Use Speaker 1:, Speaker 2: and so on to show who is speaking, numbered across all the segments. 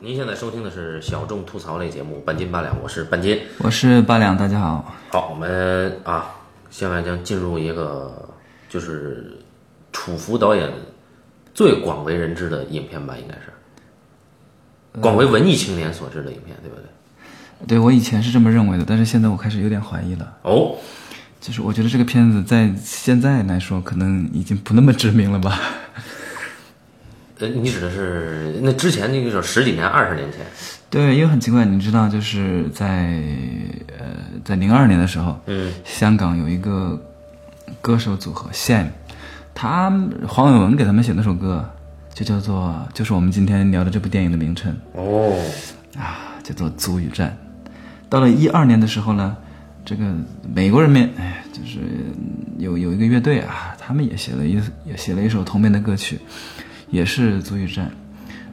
Speaker 1: 您现在收听的是小众吐槽类节目《半斤八两》，我是半斤。
Speaker 2: 我是八两，大家好。
Speaker 1: 好，我们啊，现在将进入一个就是楚服导演最广为人知的影片吧，应该是广为文艺青年所知的影片，对不对？
Speaker 2: 对我以前是这么认为的，但是现在我开始有点怀疑了。
Speaker 1: 哦，
Speaker 2: 就是我觉得这个片子在现在来说，可能已经不那么知名了吧？
Speaker 1: 呃，你指的是那之前那个时候十几年、二十年前，
Speaker 2: 对，因为很奇怪，你知道，就是在呃，在零二年的时候，
Speaker 1: 嗯，
Speaker 2: 香港有一个歌手组合 Sham，他黄伟文给他们写那首歌，就叫做就是我们今天聊的这部电影的名称。
Speaker 1: 哦，
Speaker 2: 啊，叫做足语战。到了一二年的时候呢，这个美国人面，哎，就是有有一个乐队啊，他们也写了一也写了一首同名的歌曲，也是足语战。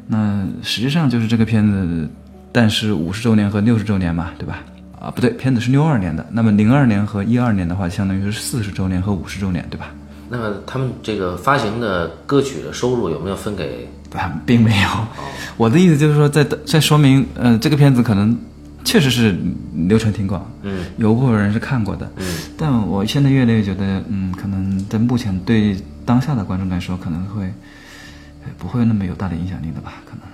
Speaker 2: 那实际上就是这个片子，但是五十周年和六十周年嘛，对吧？啊，不对，片子是六二年的，那么零二年和一二年的话，相当于是四十周年和五十周年，对吧？
Speaker 1: 那么他们这个发行的歌曲的收入有没有分给？
Speaker 2: 啊，并没有。
Speaker 1: 哦
Speaker 2: 我的意思就是说在，在说明，呃，这个片子可能确实是流传挺广，
Speaker 1: 嗯，
Speaker 2: 有部分人是看过的，嗯，但我现在越来越觉得，嗯，可能在目前对当下的观众来说，可能会呃不会那么有大的影响力的吧？可能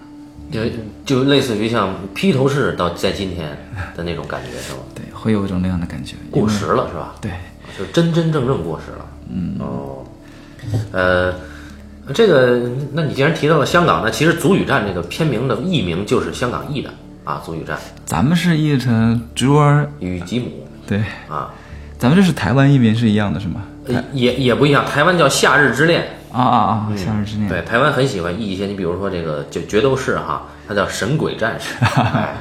Speaker 1: 就就类似于像披头士到在今天的那种感觉是吗？
Speaker 2: 对，会有一种那样的感觉。
Speaker 1: 过时了是吧？
Speaker 2: 对，
Speaker 1: 就真真正正过时了。嗯哦，呃，这个，那你既然提到了香港，那其实“足语站”这个片名的译名就是香港译的啊，“足语站
Speaker 2: 咱们是译成竹儿”，
Speaker 1: 与吉姆
Speaker 2: 对，
Speaker 1: 啊，
Speaker 2: 咱们这是台湾译名是一样的，是吗？
Speaker 1: 呃也也不一样。台湾叫《夏日之恋
Speaker 2: 啊啊啊！夏日之》，恋，
Speaker 1: 嗯对，台湾很喜欢译一些，你比如说这个就决斗士哈，它叫《神鬼战 士》哎。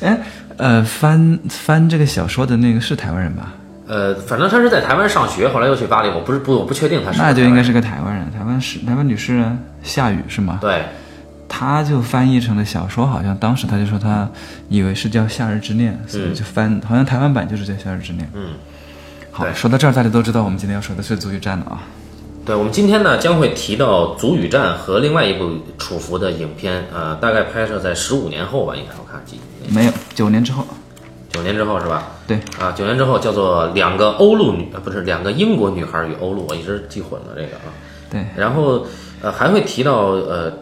Speaker 1: 对
Speaker 2: 哎，呃，翻翻这个小说的那个是台湾人吧？
Speaker 1: 呃，反正他是在台湾上学，后来又去巴黎，我不是不我不确定他是不
Speaker 2: 那
Speaker 1: 是
Speaker 2: 就应该是个台湾人，台湾是台湾女诗人夏雨是吗？
Speaker 1: 对
Speaker 2: 她就翻译成了小说，好像当时她就说她以为是叫《夏日之恋》，所以就翻，好像台湾版就是叫《夏日之恋》。
Speaker 1: 嗯，
Speaker 2: 好，
Speaker 1: 对
Speaker 2: 说到这儿，大家都知道我们今天要说的是足球站了啊。
Speaker 1: 对，我们今天呢将会提到《足语战》和另外一部楚服的影片，呃，大概拍摄在十五年后吧，应该我看几
Speaker 2: 没有，九年之后，
Speaker 1: 九年之后是吧？
Speaker 2: 对，
Speaker 1: 啊，九年之后叫做两个欧陆女，呃不是两个英国女孩与欧陆，我一直记混了这个啊。
Speaker 2: 对，
Speaker 1: 然后呃还会提到呃《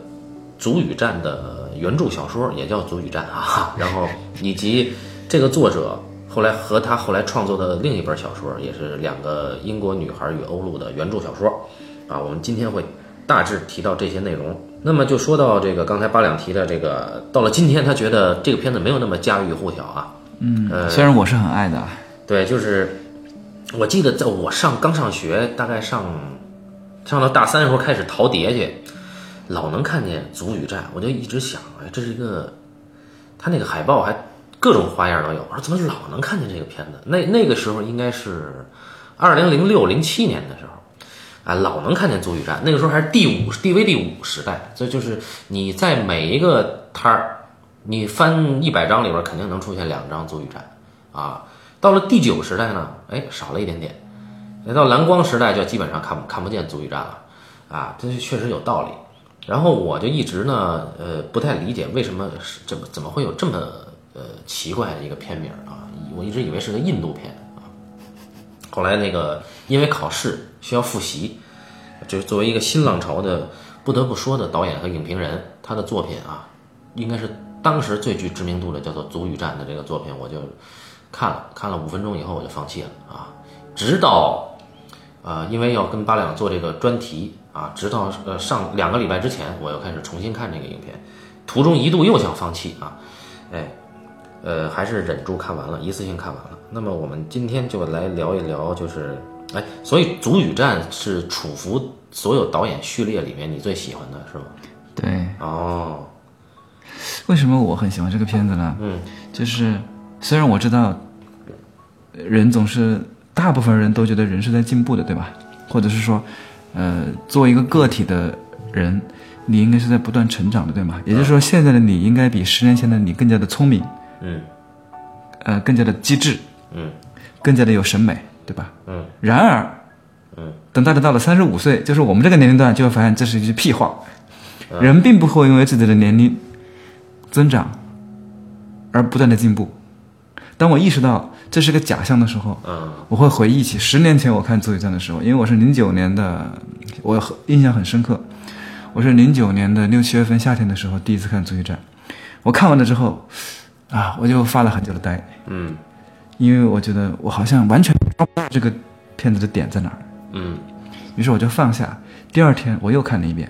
Speaker 1: 足语战》的原著小说也叫《足语战》啊，然后以及这个作者后来和他后来创作的另一本小说，也是两个英国女孩与欧陆的原著小说啊。我们今天会大致提到这些内容。那么就说到这个刚才八两提的这个，到了今天他觉得这个片子没有那么家喻户晓啊。
Speaker 2: 嗯，虽然我是很爱的啊，
Speaker 1: 对，就是我记得在我上刚上学，大概上上到大三的时候开始淘碟去，老能看见足语战，我就一直想，哎，这是一个，他那个海报还各种花样都有，我说怎么老能看见这个片子？那那个时候应该是二零零六零七年的时候。啊，老能看见足语战，那个时候还是第五 DVD 第五时代，所以就是你在每一个摊儿，你翻一百张里边儿肯定能出现两张足语战，啊，到了第九时代呢，哎，少了一点点，那到蓝光时代就基本上看不看不见足语战了，啊，这确实有道理。然后我就一直呢，呃，不太理解为什么是怎么怎么会有这么呃奇怪的一个片名儿啊，我一直以为是个印度片啊。后来那个因为考试需要复习，就是作为一个新浪潮的不得不说的导演和影评人，他的作品啊，应该是当时最具知名度的叫做《足语战》的这个作品，我就看了看了五分钟以后我就放弃了啊，直到呃，因为要跟八两做这个专题啊，直到呃上两个礼拜之前，我又开始重新看这个影片，途中一度又想放弃啊，哎，呃，还是忍住看完了，一次性看完了。那么我们今天就来聊一聊，就是哎，所以《足语战》是楚服所有导演序列里面你最喜欢的是吗？
Speaker 2: 对，
Speaker 1: 哦，
Speaker 2: 为什么我很喜欢这个片子呢？
Speaker 1: 嗯，
Speaker 2: 就是虽然我知道，呃人总是大部分人都觉得人是在进步的，对吧？或者是说，呃，作为一个个体的人，你应该是在不断成长的，对吗？也就是说，现在的你应该比十年前的你更加的聪明，
Speaker 1: 嗯
Speaker 2: 呃，更加的机智，
Speaker 1: 嗯
Speaker 2: 更加的有审美，对吧？
Speaker 1: 嗯。
Speaker 2: 然而，
Speaker 1: 嗯，
Speaker 2: 等大家到了三十五岁，就是我们
Speaker 1: 嗯
Speaker 2: 这个年龄段，就会发现这是一句屁话。人并不会因为自己的年龄增长，而不断的进步。当我意识到这是个假象的时候，
Speaker 1: 嗯
Speaker 2: 我会回忆起十年前我看《足球战》的时候，因为我是零九年的，我很印象很深刻。我是零九年的六七月份夏天的时候第一次看《足球战》，我看完了之后，啊，我就发了很久的呆，
Speaker 1: 嗯
Speaker 2: 因为我觉得我好像完全抓不到这个片子的点在哪儿。
Speaker 1: 嗯
Speaker 2: 于是我就放下。第二天我又看了一遍，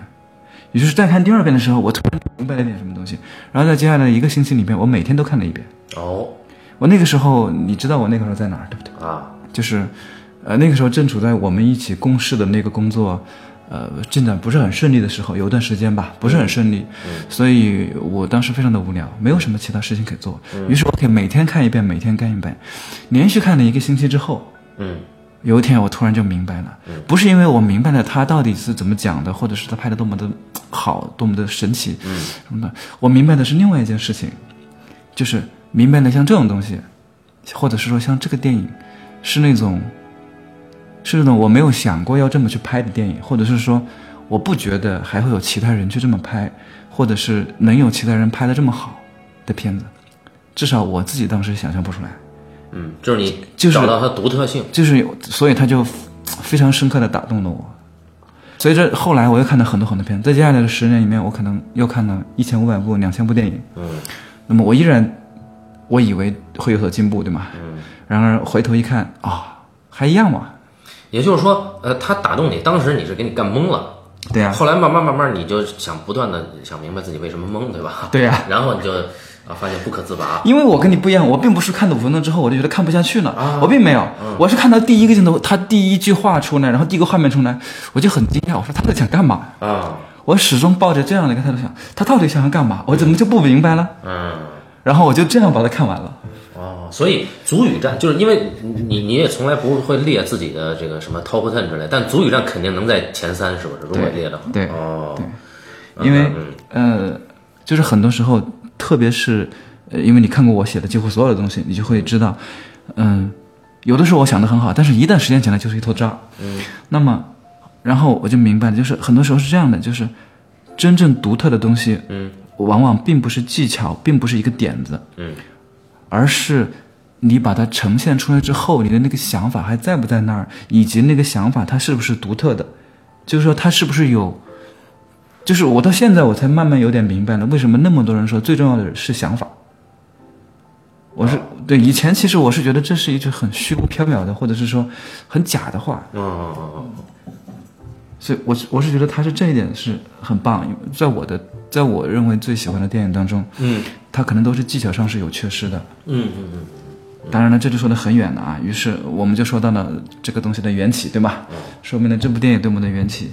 Speaker 2: 也就是在看第二遍的时候，我突然明白了点什么东西。然后在接下来的一个星期里面，我每天都看了一遍。
Speaker 1: 哦
Speaker 2: 我那个时候，你知道我那个时候在哪儿，对不对？
Speaker 1: 啊
Speaker 2: 就是，呃，那个时候正处在我们一起共事的那个工作，呃，进展不是很顺利的时候，有一段时间吧，不是很顺利，所以我当时非常的无聊，没有什么其他事情可以做，于是我可以每天看一遍，每天看一遍，连续看了一个星期之后，
Speaker 1: 嗯
Speaker 2: 有一天我突然就明白了，不是因为我明白了他到底是怎么讲的，或者是他拍的多么的好，多么的神奇，嗯，什么的，我明白的是另外一件事情，就是明白了像这种东西，或者是说像这个电影，是那种，是那种我没有想过要这么去拍的电影，或者是说我不觉得还会有其他人去这么拍，或者是能有其他人拍的这么好的片子，至少我自己当时想象不出来。
Speaker 1: 嗯，就是你
Speaker 2: 就是
Speaker 1: 找到它独特性，
Speaker 2: 就是有所以他就非常深刻的打动了我。所以这后来我又看了很多很多片，在接下来的十年里面，我可能又看了一千五百部、两千部电影。嗯，那么我依然我以为会有所进步，对吗？嗯，然而回头一看啊、还一样嘛。
Speaker 1: 也就是说，呃，它打动你，当时你是给你干懵了，
Speaker 2: 对啊呀、
Speaker 1: 后来慢慢慢慢你就想不断的想明白自己为什么懵，对吧？
Speaker 2: 对呀、
Speaker 1: 然后你就啊发现不可自拔，
Speaker 2: 因为我跟你不一样，我并不是看了五分钟之后我就觉得看不下去了，我并没有，我是看到第一个镜头，他第一句话出来，然后第一个画面出来，我就很惊讶，我说他在想干嘛？
Speaker 1: 啊
Speaker 2: 我始终抱着这样的一个态度想，他到底想要干嘛？我怎么就不明白了？
Speaker 1: 嗯。
Speaker 2: 然后我就这样把它看完了。
Speaker 1: 哦，所以足语战就是因为你你也从来不会列自己的这个什么 top ten 之类，但足语战肯定能在前三，是不是？如果列的话，
Speaker 2: 对
Speaker 1: 哦，
Speaker 2: 因为呃，就是很多时候，特别是呃，因为你看过我写的几乎所有的东西，你就会知道，嗯、有的时候我想的很好，但是一旦实践起来就是一头渣。嗯，那么，然后我就明白了，就是很多时候是这样的，就是真正独特的东西，嗯，往往并不是技巧，并不是一个点子，
Speaker 1: 嗯，
Speaker 2: 而是你把它呈现出来之后，你的那个想法还在不在那儿，以及那个想法它是不是独特的，就是说它是不是有，就是我到现在我才慢慢有点明白了，为什么那么多人说最重要的是想法。我是对以前其实我是觉得这是一句很虚无缥缈的，或者是说很假的话，
Speaker 1: 嗯嗯嗯
Speaker 2: 所以我是我是觉得他是这一点是很棒，因为在我的在我认为最喜欢的电影当中，
Speaker 1: 嗯
Speaker 2: 他可能都是技巧上是有缺失的，
Speaker 1: 嗯嗯嗯
Speaker 2: 当然了，这就说得很远了啊。于是我们就说到了这个东西的缘起，对吧？说明了这部电影对我们的缘起。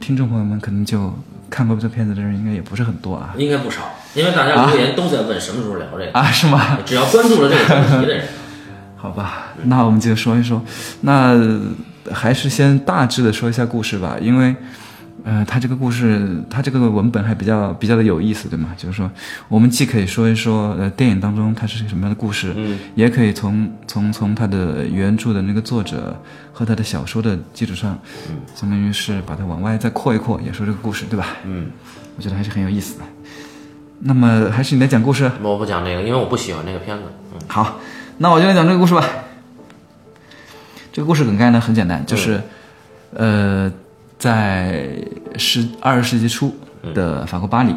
Speaker 2: 听众朋友们可能就看过这片子的人应该也不是很多啊
Speaker 1: 嗯，应该不少，因为大家留言都在问什么时候聊这个，
Speaker 2: 啊，是吗？
Speaker 1: 只要关注了这个专题的人，
Speaker 2: 好吧，那我们就说一说，那呃还是先大致的说一下故事吧，因为。呃，它这个故事，它这个文本还比较比较的有意思，对吗？就是说，我们既可以说一说，呃，电影当中它是一个什么样的故事，
Speaker 1: 嗯，
Speaker 2: 也可以从从从它的原著的那个作者和他的小说的基础上，嗯，相当于是把它往外再扩一扩，也说这个故事，对吧？
Speaker 1: 嗯，
Speaker 2: 我觉得还是很有意思的。那么，还是你来讲故事。啊
Speaker 1: 我不讲这个，因为我不喜欢这个片子，嗯
Speaker 2: 好，那我就来讲这个故事吧。这个故事梗概呢很简单，就是，呃，在十二十世纪初的法国巴黎，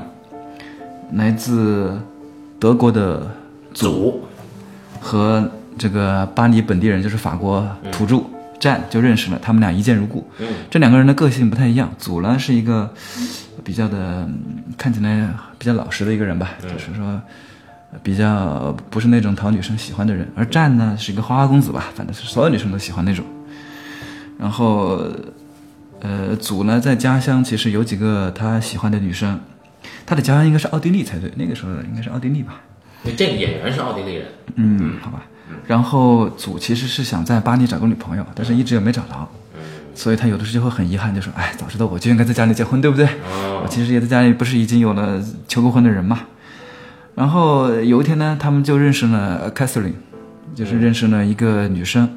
Speaker 2: 来自德国的
Speaker 1: 组
Speaker 2: 和这个巴黎本地人，就是法国土著战就认识了，他们俩一见如故。这两个人的个性不太一样，祖呢是一个比较的嗯看起来比较老实的一个人吧，就是说比较不是那种讨女生喜欢的人，而战呢是一个花花公子吧，反正是所有女生都喜欢那种。然后，呃，祖呢在家乡其实有几个他喜欢的女生，他的家乡应该是奥地利才对，那个时候应该是奥地利吧。
Speaker 1: 这个演员是奥地利人，
Speaker 2: 嗯，好吧。然后祖其实是想在巴黎找个女朋友，但是一直也没找着，
Speaker 1: 嗯
Speaker 2: 所以他有的时候就会很遗憾，就说：“哎，早知道我就应该在家里结婚，对不对？我其实也在家里不是已经有了求过婚的人嘛。”然后有一天呢，他们就认识了呃 Catherine，就是认识了一个女生。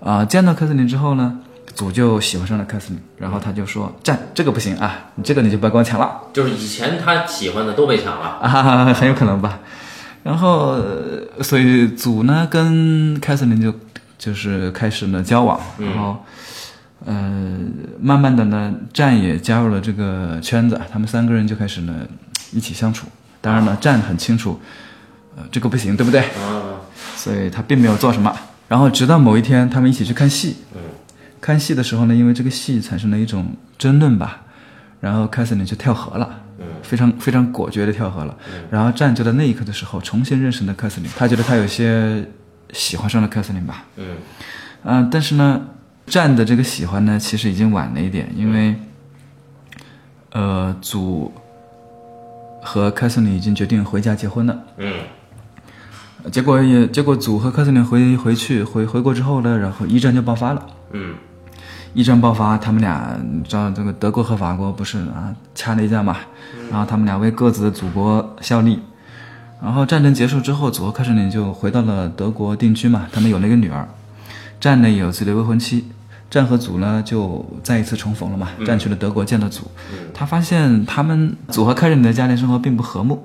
Speaker 2: 啊、见到 Catherine 之后呢，祖就喜欢上了克斯米，然后他就说：“站，这个不行啊，你这个你就不要跟我抢了
Speaker 1: 就是以前他喜欢的都被抢了，
Speaker 2: 啊，很有可能吧。”然后，呃所以祖呢跟凯瑟琳就就是开始了交往，然后，呃，慢慢的呢，战也加入了这个圈子，他们三个人就开始呢一起相处。当然了，战很清楚，呃，这个不行，对不对？
Speaker 1: 嗯，
Speaker 2: 所以他并没有做什么。然后直到某一天，他们一起去看戏。嗯，看戏的时候呢，因为这个戏产生了一种争论吧，然后凯瑟琳就跳河了。嗯，非常非常果决的跳河了。然后站就在那一刻的时候，重新认识了凯瑟琳。他觉得他有些喜欢上了凯瑟琳吧。
Speaker 1: 嗯，
Speaker 2: 嗯、但是呢，站的这个喜欢呢，其实已经晚了一点，因为，呃，祖和凯瑟琳已经决定回家结婚了。
Speaker 1: 嗯，
Speaker 2: 结果也结果组和克斯林回回去回回国之后呢，然后一战就爆发了。
Speaker 1: 嗯，
Speaker 2: 一战爆发，他们俩你知道这个德国和法国不是啊掐了一架嘛，然后他们俩为各自的祖国效力。然后战争结束之后，祖和克斯林就回到了德国定居嘛，他们有了一个女儿。战呢也有自己的未婚妻，战和祖呢就再一次重逢了嘛，战去了德国见了祖，他发现他们祖和克斯林的家庭生活并不和睦，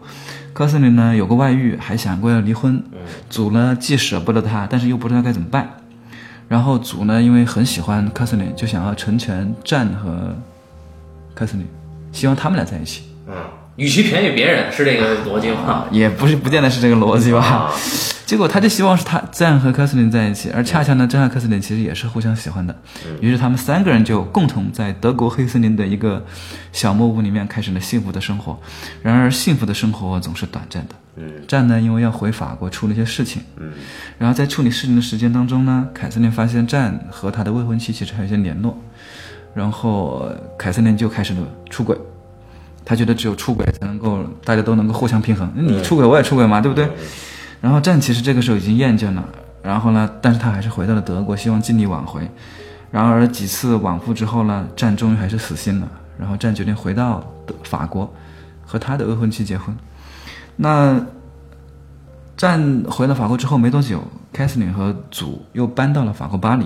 Speaker 2: 克斯林呢有过外遇，还想过要离婚，祖呢既舍不得他，但是又不知道该怎么办，然后祖呢因为很喜欢克斯林，就想要成全战和克斯林，希望他们俩在一起。
Speaker 1: 嗯，与其便宜别人，是这个逻辑 吗？
Speaker 2: 啊也不是不见得是这个逻辑吧
Speaker 1: 啊。
Speaker 2: 结果他就希望是他赞和科斯林在一起，而恰恰呢，赞和科斯林其实也是互相喜欢的。于是他们三个人就共同在德国黑森林的一个小木屋里面开始了幸福的生活。然而，幸福的生活总是短暂的。
Speaker 1: 嗯
Speaker 2: 战呢，因为要回法国，出了一些事情。嗯，然后在处理事情的时间当中呢，凯瑟琳发现战和他的未婚妻其实还有一些联络，然后呃凯瑟琳就开始了出轨。他觉得只有出轨才能够大家都能够互相平衡，你出轨我也出轨嘛，对不对？然后战其实这个时候已经厌倦了，然后呢，但是他还是回到了德国，希望尽力挽回。然而几次往复之后呢，战终于还是死心了，然后战决定回到德法国，和他的未婚妻结婚。那战回了法国之后没多久，凯瑟琳和祖又搬到了法国巴黎，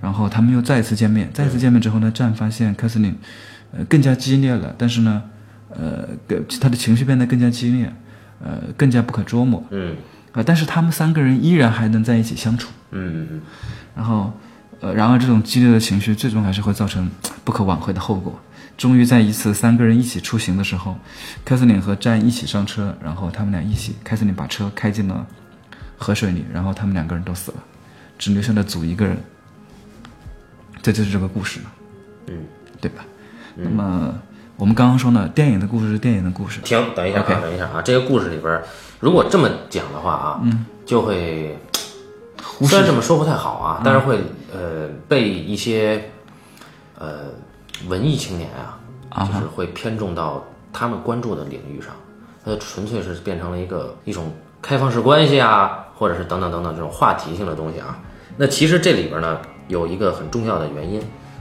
Speaker 2: 然后他们又再一次见面。再一次见面之后呢，战发现凯瑟琳，呃，更加激烈了，但是呢，呃，跟他的情绪变得更加激烈，呃，更加不可捉摸。
Speaker 1: 嗯
Speaker 2: 啊、但是他们三个人依然还能在一起相处。
Speaker 1: 嗯
Speaker 2: 然后，呃，然而这种激烈的情绪最终还是会造成嘖不可挽回的后果。终于在一次三个人一起出行的时候，凯瑟琳和詹一起上车，然后他们俩一起，凯瑟琳把车开进了河水里，然后他们两个人都死了，只留下了祖一个人。这就是这个故事了，
Speaker 1: 嗯，
Speaker 2: 对吧？那么我们刚刚说呢，电影的故事是电影的故事，
Speaker 1: 停，等一下啊
Speaker 2: OK
Speaker 1: 等一下啊，这个故事里边儿，如果这么讲的话啊，嗯，就会
Speaker 2: 忽
Speaker 1: 虽
Speaker 2: 视嗯
Speaker 1: 然这么说不太好啊，但是会呃被一些呃文艺青年啊，就是会偏重到他们关注的领域上，它纯粹是变成了一个一种开放式关系啊，或者是等等等等这种话题性的东西啊。那其实这里边呢有一个很重要的原因，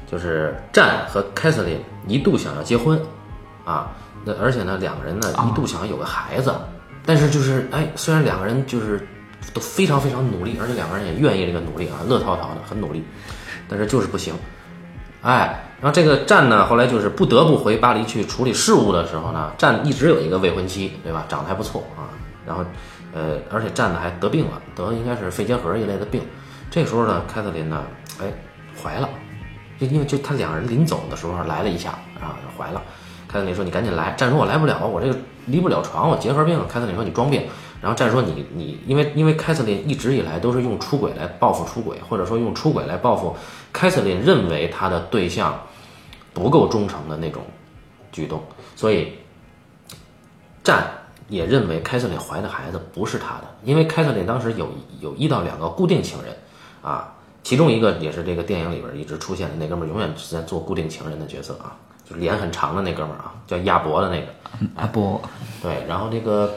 Speaker 1: 就是战和凯瑟琳一度想要结婚啊，那而且呢两个人呢一度想要有个孩子，但是就是哎，虽然两个人就是都非常非常努力，而且两个人也愿意这个努力啊，乐淘淘的很努力，但是就是不行。哎，然后这个战呢，后来就是不得不回巴黎去处理事务的时候呢，战一直有一个未婚妻，对吧？长得还不错啊，然后，呃，而且战呢还得病了，得应该是肺结核一类的病。这时候呢，凯瑟琳呢，哎，怀了，就因为就他两人临走的时候来了一下啊，怀了。凯瑟琳说：“你赶紧来。”战说：“我来不了，我这个离不了床，我结核病了。”凯瑟琳说：“你装病。”然后战说你：“你因为因为凯瑟琳一直以来都是用出轨来报复出轨，或者说用出轨来报复凯瑟琳认为她的对象不够忠诚的那种举动，所以战也认为凯瑟琳怀的孩子不是他的，因为凯瑟琳当时有有一到两个固定情人，啊，其中一个也是这个电影里边一直出现的那哥们儿，永远是在做固定情人的角色啊，就是脸很长的那哥们儿啊，叫亚伯的那个，
Speaker 2: 嗯阿波。
Speaker 1: 对，然后这个，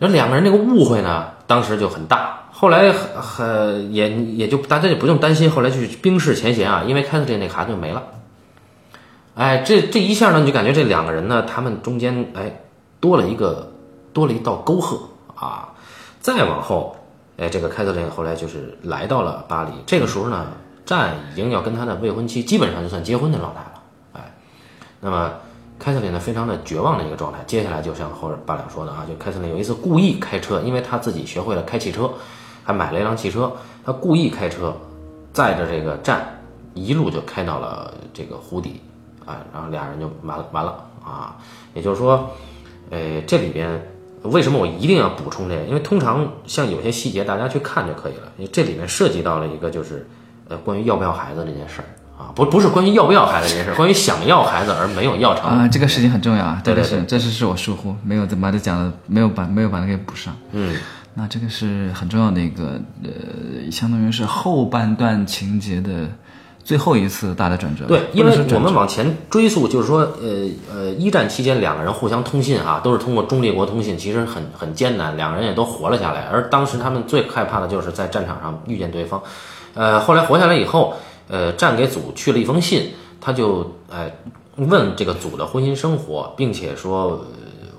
Speaker 1: 然后两个人这个误会呢，当时就很大。后来呃也也就大家也不用担心，后来去冰释前嫌啊，因为凯瑟琳那卡就没了。哎，这这一下呢，你就感觉这两个人呢，他们中间哎多了一个多了一道沟壑啊。再往后，哎，这个凯瑟琳后来就是来到了巴黎，这个时候呢，战已经要跟他的未婚妻基本上就算结婚的状态了，哎，那么凯瑟琳呢非常的绝望的一个状态，接下来就像后边八两说的啊，就凯瑟琳有一次故意开车，因为她自己学会了开汽车，还买了一辆汽车，她故意开车载着这个战一路就开到了这个湖底，啊，然后俩人就完完了啊，也就是说，呃，这里边为什么我一定要补充这个？因为通常像有些细节大家去看就可以了，因为这里面涉及到了一个就是呃关于要不要孩子这件事儿啊，不不是关于要不要孩子这件事儿，关于想要孩子而没有要成。
Speaker 2: 啊，这个事情很重要啊，
Speaker 1: 哦对对
Speaker 2: 这个是这是是我疏忽，没有怎么把它讲了，没有把没有把它给补上。
Speaker 1: 嗯，
Speaker 2: 那这个是很重要的一个，呃，相当于是后半段情节的最后一次大的转折吧。
Speaker 1: 对，因为
Speaker 2: 不能说
Speaker 1: 我
Speaker 2: 转折
Speaker 1: 们往前追溯，就是说，呃呃，一战期间两个人互相通信啊，都是通过中立国通信，其实很很艰难，两个人也都活了下来。而当时他们最害怕的就是在战场上遇见对方，呃，后来活下来以后，呃，战给组去了一封信，他就呃问这个组的婚姻生活，并且说、呃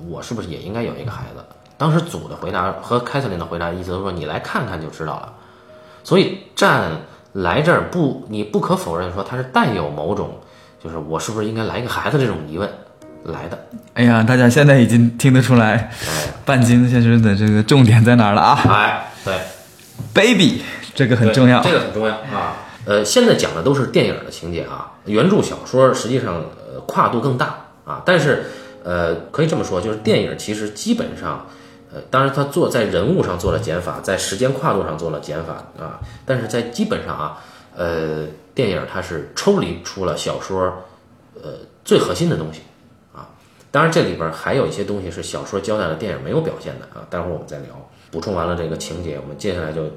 Speaker 1: 我是不是也应该有一个孩子？当时组的回答和凯瑟琳的回答意思都说，你来看看就知道了。所以战来这儿不，你不可否认说他是带有某种，就是我是不是应该来一个孩子这种疑问来的。
Speaker 2: 哎呀，大家现在已经听得出来，半斤先生的这个重点在哪儿了啊
Speaker 1: 哎，对，
Speaker 2: ？Baby，这个很
Speaker 1: 对
Speaker 2: 重要。
Speaker 1: 这个很重要啊。呃，现在讲的都是电影的情节啊，原著小说实际上呃跨度更大啊，但是呃可以这么说，就是电影其实基本上。呃，当然，它做在人物上做了减法，在时间跨度上做了减法啊，但是在基本上啊，呃，电影它是抽离出了小说，呃，最核心的东西啊。当然，这里边还有一些东西是小说交代了，电影没有表现的啊。待会儿我们再聊。补充完了这个情节，我们接下来就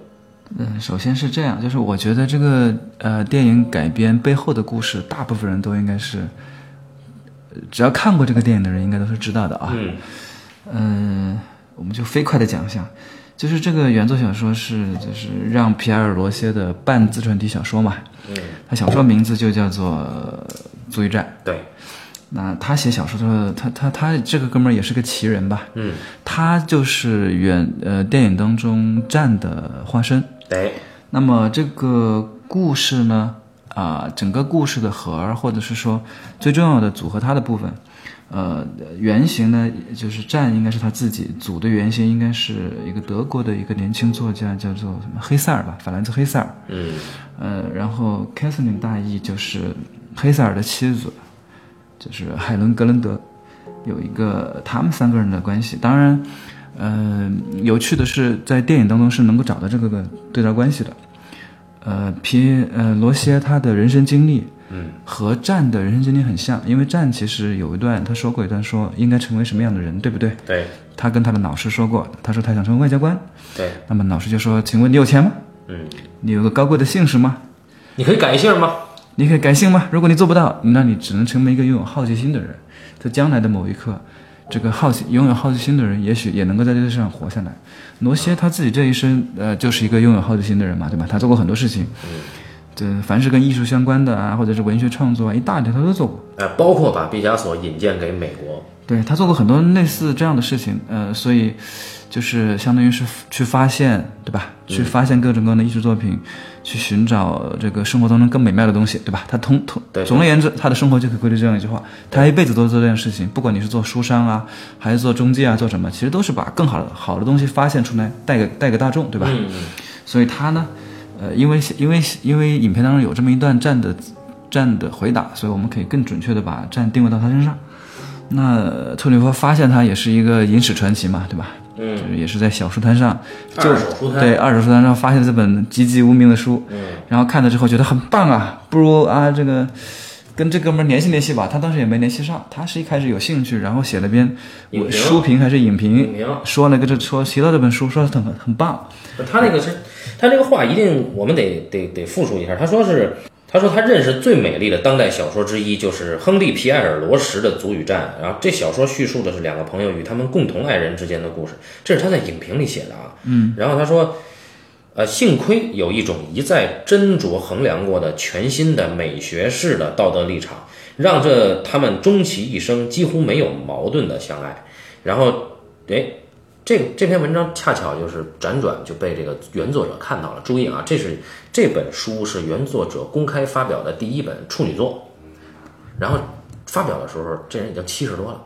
Speaker 2: 嗯，首先是这样，就是我觉得这个呃电影改编背后的故事，大部分人都应该是，呃只要看过这个电影的人，应该都是知道的啊。
Speaker 1: 嗯
Speaker 2: 嗯，我们就飞快的讲一下，就是这个原作小说是就是让皮埃尔罗歇的半自传体小说嘛，
Speaker 1: 嗯，
Speaker 2: 他小说名字就叫做呃《足浴战》。
Speaker 1: 对，
Speaker 2: 那他写小说的时候，他他他这个哥们儿也是个奇人吧？
Speaker 1: 嗯，
Speaker 2: 他就是原呃电影当中战的化身。
Speaker 1: 对，
Speaker 2: 那么这个故事呢，啊、整个故事的核儿，或者是说最重要的组合它的部分，呃，原型呢就是战应该是他自己组的原型应该是一个德国的一个年轻作家，叫做什么黑塞尔吧，法兰兹黑塞尔。
Speaker 1: 嗯
Speaker 2: 呃，然后 Catherine 大意就是黑塞尔的妻子，就是海伦格伦德，有一个他们三个人的关系。当然，呃，有趣的是，在电影当中是能够找到这个个对照关系的。呃，皮呃罗歇他的人生经历
Speaker 1: 嗯
Speaker 2: 和战的人生经历很像，因为战其实有一段他说过一段说应该成为什么样的人，对不对？
Speaker 1: 对
Speaker 2: 他跟他的老师说过，他说他想成为外交官，
Speaker 1: 对，
Speaker 2: 那么老师就说：“请问你有钱吗？
Speaker 1: 嗯，
Speaker 2: 你有个高贵的姓氏吗？”
Speaker 1: 你可以改姓吗？
Speaker 2: 你可以改姓吗？如果你做不到，那你只能成为一个拥有好奇心的人，在将来的某一刻，这个好奇拥有好奇心的人，也许也能够在这个世上活下来。罗歇他自己这一生，呃，就是一个拥有好奇心的人嘛，对吧？他做过很多事情，这凡是跟艺术相关的啊，或者是文学创作啊，一大堆他都做过。
Speaker 1: 呃，包括把毕加索引荐给美国，
Speaker 2: 对他做过很多类似这样的事情，呃，所以就是相当于是去发现，对吧？去发现各种各样的艺术作品，去寻找这个生活当中更美妙的东西，对吧？他通通
Speaker 1: 对
Speaker 2: 总而言之，他的生活就可以归类这样一句话：他一辈子都做这件事情，不管你是做书商啊，还是做中介啊，做什么，其实都是把更好的好的东西发现出来，带给带给大众，对吧？
Speaker 1: 嗯
Speaker 2: 所以他呢，呃，因为因为因为影片当中有这么一段战的战的回答，所以我们可以更准确的把战定位到他身上。那呃特里弗发现他也是一个影史传奇嘛，对吧？
Speaker 1: 嗯
Speaker 2: 就是也是在小书摊上，
Speaker 1: 二手书摊
Speaker 2: 对二手书摊上发现这本籍籍无名的书，
Speaker 1: 嗯
Speaker 2: 然后看了之后觉得很棒啊，不如啊这个跟这哥们儿联系联系吧。他当时也没联系上，他是一开始有兴趣，然后写了篇
Speaker 1: 影评
Speaker 2: 书评还是影
Speaker 1: 影
Speaker 2: 评，
Speaker 1: 评。
Speaker 2: 说了个这说提到这本书，说很很棒，
Speaker 1: 他那个是，他这个话一定我们得得得复述一下。他说是，他说他认识最美丽的当代小说之一就是亨利·皮埃尔·罗什的《足与战》，然后这小说叙述的是两个朋友与他们共同爱人之间的故事，这是他在影评里写的啊。嗯，然后他说。呃，幸亏有一种一再斟酌衡量过的全新的美学式的道德立场，让这他们终其一生几乎没有矛盾的相爱。然后，哎，这这篇文章恰巧就是辗转就被这个原作者看到了。注意啊，这是这本书是原作者公开发表的第一本处女作，然后发表的时候，这人已经七十多了。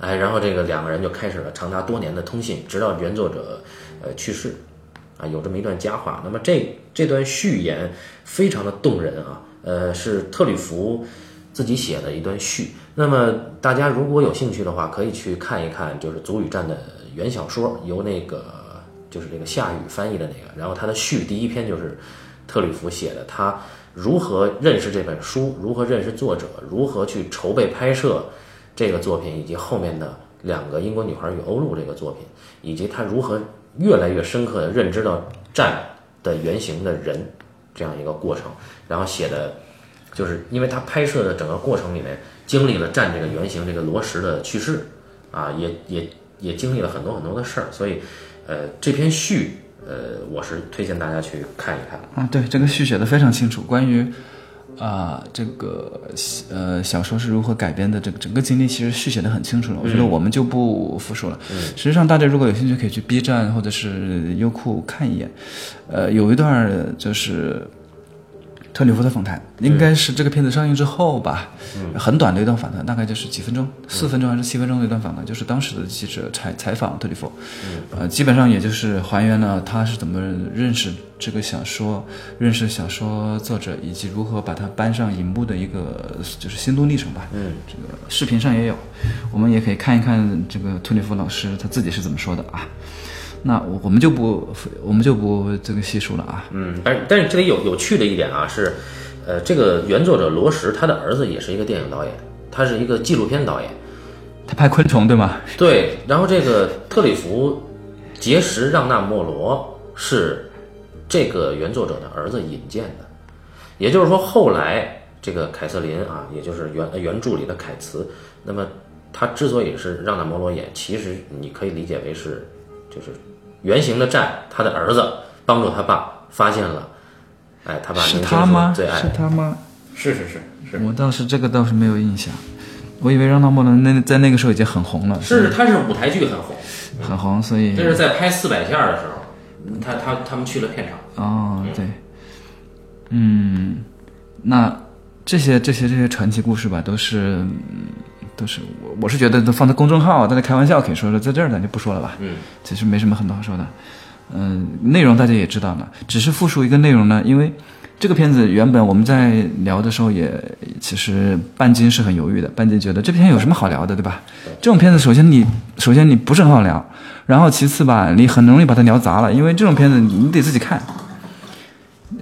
Speaker 1: 哎，然后这个两个人就开始了长达多年的通信，直到原作者呃去世，啊，有这么一段佳话。那么这这段序言非常的动人啊，呃，是特吕弗自己写的一段序。那么大家如果有兴趣的话，可以去看一看，就是《足语战》的原小说，由那个就是这个夏雨翻译的那个。然后他的序第一篇就是特吕弗写的，他如何认识这本书，如何认识作者，如何去筹备拍摄。这个作品以及后面的两个英国女孩与欧陆这个作品，以及他如何越来越深刻地认知到战的原型的人这样一个过程，然后写的，就是因为他拍摄的整个过程里面经历了战这个原型这个罗什的去世，啊，也也也经历了很多很多的事儿，所以，呃，这篇序，呃，我是推荐大家去看一看。
Speaker 2: 啊，对，这个序写的非常清楚，关于啊、这个呃小说是如何改编的，这个整个经历其实序写的很清楚了。我觉得我们就不复述了。实际上，大家如果有兴趣，可以去 B 站或者是优酷看一眼。呃，有一段儿就是特里弗的访谈，应该是这个片子上映之后吧，很短的一段访谈，大概就是几分钟，四分钟还是七分钟的一段访谈，就是当时的记者采采访特里弗，呃，基本上也就是还原了他是怎么认识这个小说，认识小说作者，以及如何把它搬上荧幕的一个就是心路历程吧。嗯，这个视频上也有，我们也可以看一看这个特里弗老师他自己是怎么说的啊。那我我们就不我们就不这个细数了啊。
Speaker 1: 嗯，但是但是这里有有趣的一点啊是，呃，这个原作者罗什他的儿子也是一个电影导演，他是一个纪录片导演。
Speaker 2: 他拍昆虫对吗？
Speaker 1: 对，然后这个特里弗结识让纳莫罗是这个原作者的儿子引荐的，也就是说，后来这个凯瑟琳啊，也就是原呃原著里的凯茨，那么他之所以是让纳摩罗演，其实你可以理解为是就是原型的战，他的儿子帮助他爸发现了，哎，他爸
Speaker 2: 是
Speaker 1: 年轻
Speaker 2: 他
Speaker 1: 时候哎
Speaker 2: 吗？
Speaker 1: 最爱
Speaker 2: 是他吗？
Speaker 1: 是是是是
Speaker 2: 我倒是这个倒是没有印象，我以为让道莫伦那在那个时候已经很红了，
Speaker 1: 是，他是舞台剧很红，
Speaker 2: 很红，所以
Speaker 1: 但是在拍《四百下》的时候，他他他们去了片场。
Speaker 2: 哦对，嗯，那这些这些这些传奇故事吧，都是嗯都是我我是觉得都放在公众号，大家开玩笑可以说说，在这儿咱就不说了吧，
Speaker 1: 嗯，
Speaker 2: 其实没什么很多好说的，嗯、内容大家也知道了，只是复述一个内容呢，因为。这个片子原本我们在聊的时候也，其实半斤是很犹豫的。半斤觉得这片有什么好聊的，对吧？这种片子，首先你首先你不是很好聊，然后其次吧，你很容易把它聊砸了，因为这种片子你得自己看。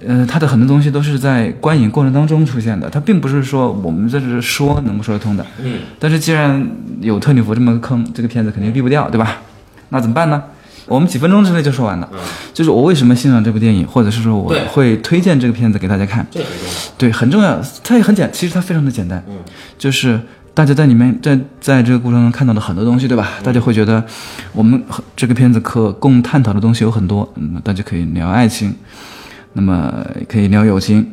Speaker 2: 呃，它的很多东西都是在观影过程当中出现的，它并不是说我们在这说能够说得通的。
Speaker 1: 嗯。
Speaker 2: 但是既然有特里弗这么个坑，这个片子肯定避不掉，对吧？那怎么办呢？我们几分钟之内就说完了。就是我为什么欣赏这部电影，或者是说我
Speaker 1: 嗯对
Speaker 2: 会推荐这个片子给大家看。
Speaker 1: 这很重要。
Speaker 2: 对，很重要，它也很简，其实它非常的简单，嗯，就是大家在里面在在这个过程中看到的很多东西，对吧？大家会觉得我们很这个片子可供探讨的东西有很多，嗯，大家可以聊爱情，那么可以聊友情，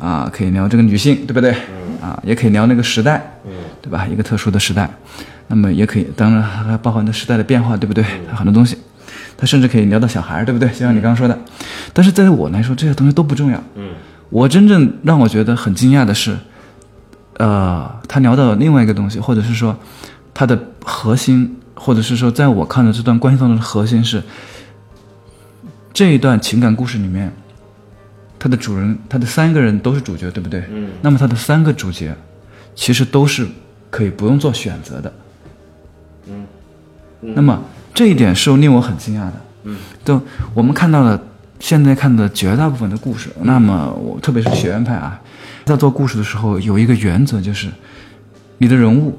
Speaker 2: 啊，可以聊这个女性，对不对？啊，也可以聊那个时代，对吧？一个特殊的时代，那么也可以，当然还包含着时代的变化，对不对？很多东西。它甚至可以聊到小孩儿，对不对？就像你刚刚说的，但是对于我来说，这些东西都不重要。
Speaker 1: 嗯，
Speaker 2: 我真正让我觉得很惊讶的是，呃，他聊到另外一个东西，或者是说他的核心，或者是说在我看的这段关系当中的核心是这一段情感故事里面，他的主人，他的三个人都是主角，对不对？
Speaker 1: 嗯。
Speaker 2: 那么他的三个主角其实都是可以不用做选择的。嗯。那么这一点是令我很惊讶的。就我们看到了现在看的绝大部分的故事，那么我特别是学院派啊，在做故事的时候有一个原则，就是你的人物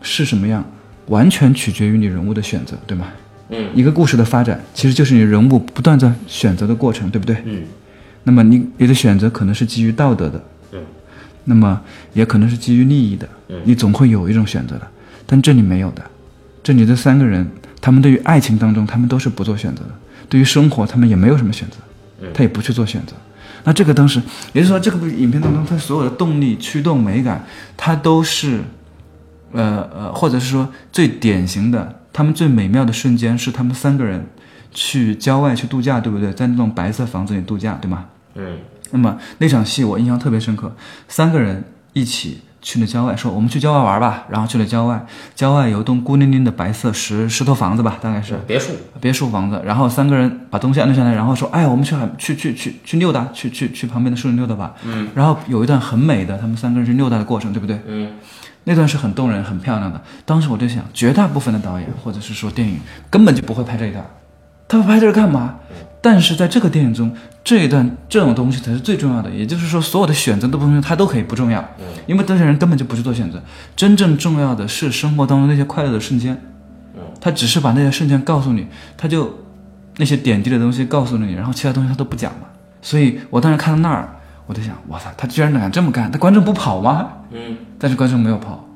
Speaker 2: 是什么样，完全取决于你人物的选择，对吗？
Speaker 1: 嗯，
Speaker 2: 一个故事的发展其实就是你人物不断在选择的过程，对不对？
Speaker 1: 嗯
Speaker 2: 那么你你的选择可能是基于道德的，
Speaker 1: 嗯
Speaker 2: 那么也可能是基于利益的
Speaker 1: 嗯，
Speaker 2: 你总会有一种选择的，但这里没有的。这里这三个人，他们对于爱情当中，他们都是不做选择的；对于生活，他们也没有什么选择，他也不去做选择。那这个当时，也就是说，这个部影片当中，它所有的动力、驱动、美感，它都是，呃呃，或者是说最典型的他们最美妙的瞬间是他们三个人去郊外去度假，对不对？在那种白色房子里度假，对吗？
Speaker 1: 嗯，
Speaker 2: 那么那场戏我印象特别深刻，三个人一起去了郊外，说我们去郊外玩吧，然后去了郊外，郊外有一栋孤零零的白色石石头房子吧，大概是
Speaker 1: 别墅，
Speaker 2: 别墅房子，然后三个人把东西安顿下来，然后说，哎，我们去海去去去去溜达，去去去旁边的树林溜达吧。嗯，然后有一段很美的，他们三个人去溜达的过程，对不对？
Speaker 1: 嗯，
Speaker 2: 那段是很动人、很漂亮的。当时我就想，绝大部分的导演或者是说电影根本就不会拍这一段，他们拍这个干嘛？但是在这个电影中，这一段这种东西才是最重要的。也就是说，所有的选择都不重要，它都可以不重要，因为这些人根本就不去做选择。真正重要的是生活当中那些快乐的瞬间，
Speaker 1: 嗯
Speaker 2: 他只是把那些瞬间告诉你，他就那些点滴的东西告诉你，然后其他东西他都不讲了。所以我当时看到那儿，我就想，哇塞，他居然敢这么干，那观众不跑吗？
Speaker 1: 嗯，
Speaker 2: 但是观众没有跑。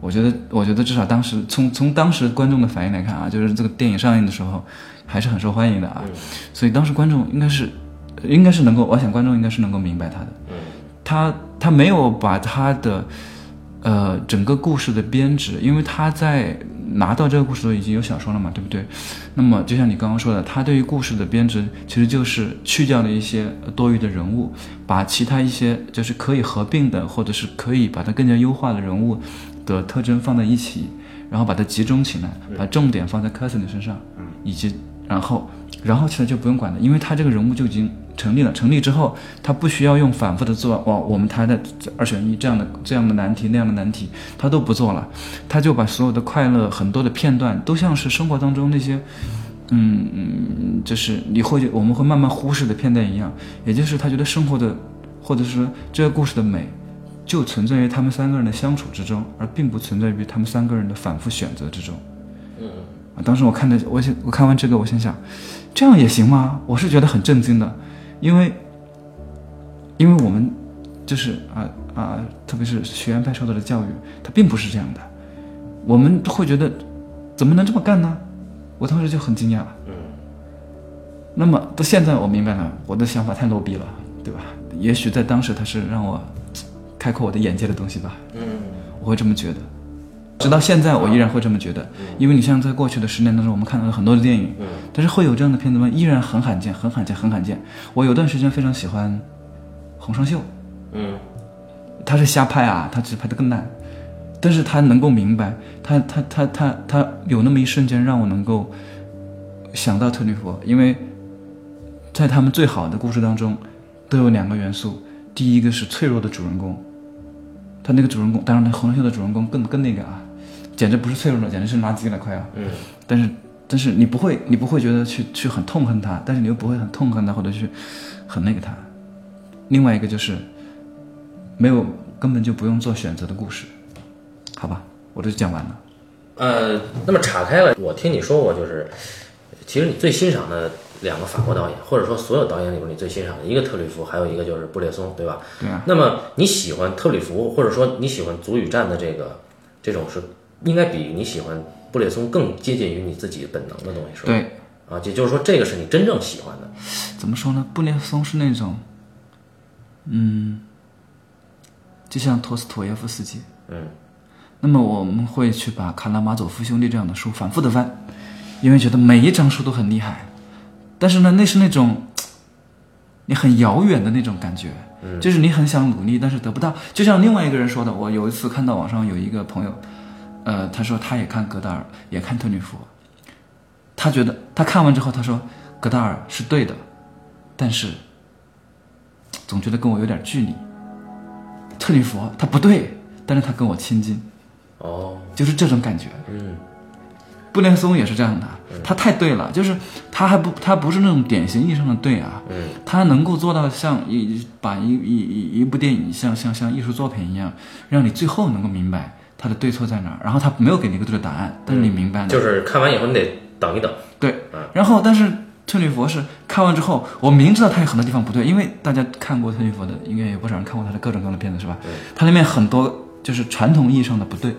Speaker 2: 我觉得，我觉得至少当时从从当时观众的反应来看啊，就是这个电影上映的时候还是很受欢迎的啊，所以当时观众应该是，应该是能够，我想观众应该是能够明白他的，他他没有把他的呃整个故事的编制，因为他在拿到这个故事的时候已经有小说了嘛，对不对？那么就像你刚刚说的，他对于故事的编制其实就是去掉了一些多余的人物，把其他一些就是可以合并的，或者是可以把它更加优化的人物的特征放在一起，然后把它集中起来，把重点放在 Cousin 的身上，以及然后然后其实就不用管了，因为他这个人物就已经成立了。成立之后，他不需要用反复的做哇，我们谈的二选一这样的这样的难题那样的难题，他都不做了，他就把所有的快乐很多的片段都像是生活当中那些。嗯嗯，就是你会我们会慢慢忽视的片段一样，也就是他觉得生活的，或者是说这个故事的美，就存在于他们三个人的相处之中，而并不存在于他们三个人的反复选择之中。啊，当时我看的，我想我看完这个，我心想，这样也行吗？我是觉得很震惊的，因为，因为我们就是啊啊，特别是学院派受到的教育，它并不是这样的，我们会觉得怎么能这么干呢？我当时就很惊讶。嗯。那么到现在我明白了，我的想法太 low 逼了，对吧？也许在当时它是让我开阔我的眼界的东西吧。嗯。我会这么觉得。直到现在，我依然会这么觉得，因为你像在过去的十年当中，我们看到了很多的电影，但是会有这样的片子吗？依然很罕见，很罕见，很罕见。我有段时间非常喜欢洪尚秀，
Speaker 1: 嗯
Speaker 2: 他是瞎拍啊，他只拍的更烂，但是他能够明白，他他他他他有那么一瞬间让我能够想到特吕弗，因为在他们最好的故事当中，都有两个元素，第一个是脆弱的主人公，他那个主人公，当然他红袖的主人公更更那个啊，简直不是脆弱了，简直是垃圾了，快要。啊
Speaker 1: 嗯
Speaker 2: 但是但是你不会你不会觉得去去很痛恨他，但是你又不会很痛恨他或者去很那个他。另外一个就是没有根本就不用做选择的故事，好吧，我这就讲完了。
Speaker 1: 呃，那么岔开了，我听你说过，就是其实你最欣赏的两个法国导演，或者说所有导演里边你最欣赏的一个特吕弗，还有一个就是布列松，对吧？
Speaker 2: 对啊。
Speaker 1: 那么你喜欢特吕弗，或者说你喜欢足语战的这个这种是应该比你喜欢布列松更接近于你自己本能的东西，是吧？
Speaker 2: 对，
Speaker 1: 啊，也就是说这个是你真正喜欢的。
Speaker 2: 怎么说呢？布列松是那种，嗯，就像托斯妥耶夫斯基，
Speaker 1: 嗯，
Speaker 2: 那么我们会去把《卡拉马佐夫兄弟》这样的书反复的翻，因为觉得每一张书都很厉害。但是呢，那是那种嘖你很遥远的那种感觉，就是你很想努力，但是得不到。就像另外一个人说的，我有一次看到网上有一个朋友，呃，他说他也看戈达尔，也看特吕弗，他觉得他看完之后，他说戈达尔是对的，但是嘖总觉得跟我有点距离。特吕弗他不对，但是他跟我亲近。
Speaker 1: 哦，
Speaker 2: 就是这种感觉。
Speaker 1: 嗯
Speaker 2: 布列松也是这样的，他太对了，就是他还不他不是那种典型意义上的对啊，
Speaker 1: 嗯
Speaker 2: 他能够做到像一把一一一一部电影像像像艺术作品一样，让你最后能够明白他的对错在哪儿，然后他没有给你一个对的答案，但是你明白了，
Speaker 1: 就是看完以后你得等一等。
Speaker 2: 对，然后但是特吕弗是看完之后，我明知道他有很多地方不对，因为大家看过特吕弗的，应该有不少人看过他的各种各样的片子是吧？他里面很多就是传统意义上的不对，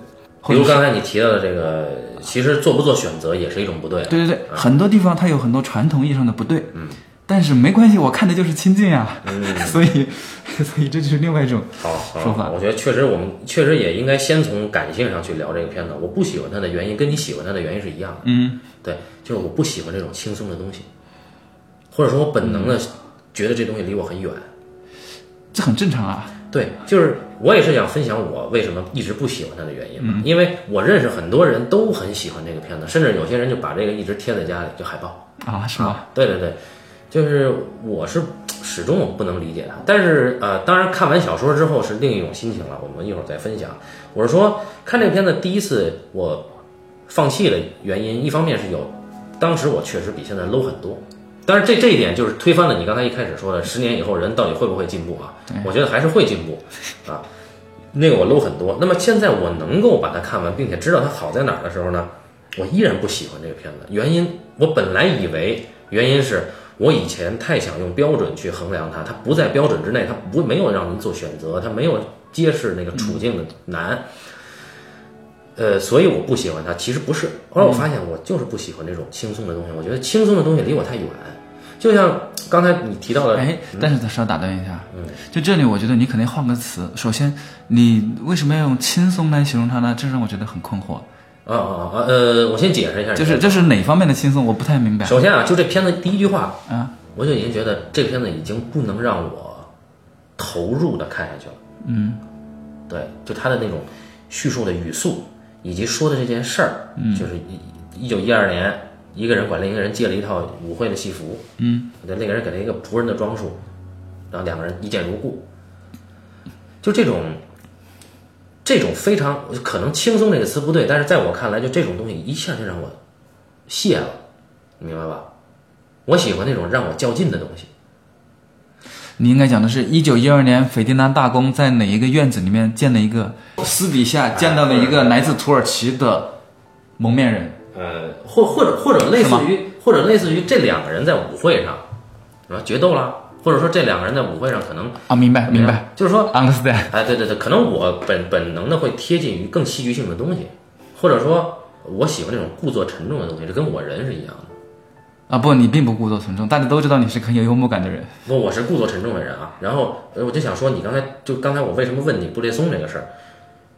Speaker 1: 比如刚才你提到的这个，其实做不做选择也是一种不对。
Speaker 2: 对对对，很多地方它有很多传统意义上的不对，嗯，嗯但是没关系，我看的就是亲近呀、 所以所以这就是另外一种
Speaker 1: 好，好
Speaker 2: 说法
Speaker 1: 我觉得确实，我们确实也应该先从感性上去聊这个片子。我不喜欢它的原因，跟你喜欢它的原因是一样的。
Speaker 2: 嗯，
Speaker 1: 对，就是我不喜欢这种轻松的东西，或者说我本能
Speaker 2: 嗯
Speaker 1: 的觉得这东西离我很远。
Speaker 2: 这很正常啊。
Speaker 1: 对，就是我也是想分享我为什么一直不喜欢它的原因
Speaker 2: 嗯
Speaker 1: 嘛，因为我认识很多人都很喜欢这个片子，甚至有些人就把这个一直贴在家里，就海报。
Speaker 2: 啊，是吧？
Speaker 1: 对对对，就是我是始终我不能理解他，但是呃，当然看完小说之后是另一种心情了，我们一会儿再分享。我是说，看这个片子第一次我放弃的原因，一方面是有当时我确实比现在 low 很多，但是这这一点就是推翻了你刚才一开始说的，十年以后人到底会不会进步啊？我觉得还是会进步啊。那个我 low 很多，那么现在我能够把它看完，并且知道它好在哪儿的时候呢，我依然不喜欢这个片子。原因，我本来以为原因是我以前太想用标准去衡量它，它不在标准之内，它不没有让你做选择，它没有揭示那个处境的难。呃，所以我不喜欢它。其实不是，后来我发现我就是不喜欢这种轻松的东西。我觉得轻松的东西离我太远，就像刚才你提到的，
Speaker 2: 哎，但是稍打断一下，就这里我觉得你可能换个词。首先，你为什么要用轻松来形容它呢？这让我觉得很困惑。
Speaker 1: 啊啊啊，呃，我先解释一下，
Speaker 2: 就是这是哪方面的轻松？我不太明白。
Speaker 1: 首先啊，就这片子第一句话，
Speaker 2: 啊，
Speaker 1: 我就已经觉得这个片子已经不能让我投入的看下去了。嗯，对，就他的那种叙述的语速，以及说的这件事儿，就是一一九一二年，一个人管另一个人借了一套舞会的戏服，嗯，那那个人给了一个仆人的装束，然后两个人一见如故，就这种。这种非常可能“轻松”这个词不对，但是在我看来，就这种东西一下就让我谢了，你明白吧？我喜欢那种让我较劲的东西。
Speaker 2: 你应该讲的是一九一二年斐迪南大公在哪一个院子里面见了一个私底下见到了一个来自土耳其的蒙面人。
Speaker 1: 呃，或或者或者类似于，或者类似于这两个人在舞会上，什么决斗啦，或者说这两个人在舞会上可能哎
Speaker 2: 啊，明白明白，，
Speaker 1: 就是说，
Speaker 2: ，understand。
Speaker 1: 哎，对对对，可能我本本能的会贴近于更戏剧性的东西，或者说我喜欢那种故作沉重的东西，这跟我人是一样的。
Speaker 2: 啊不，你并不故作沉重，大家都知道你是很有幽默感的人。
Speaker 1: 不，我是故作沉重的人啊。然后呃我就想说，你刚才就刚才我为什么问你布列松这个事儿，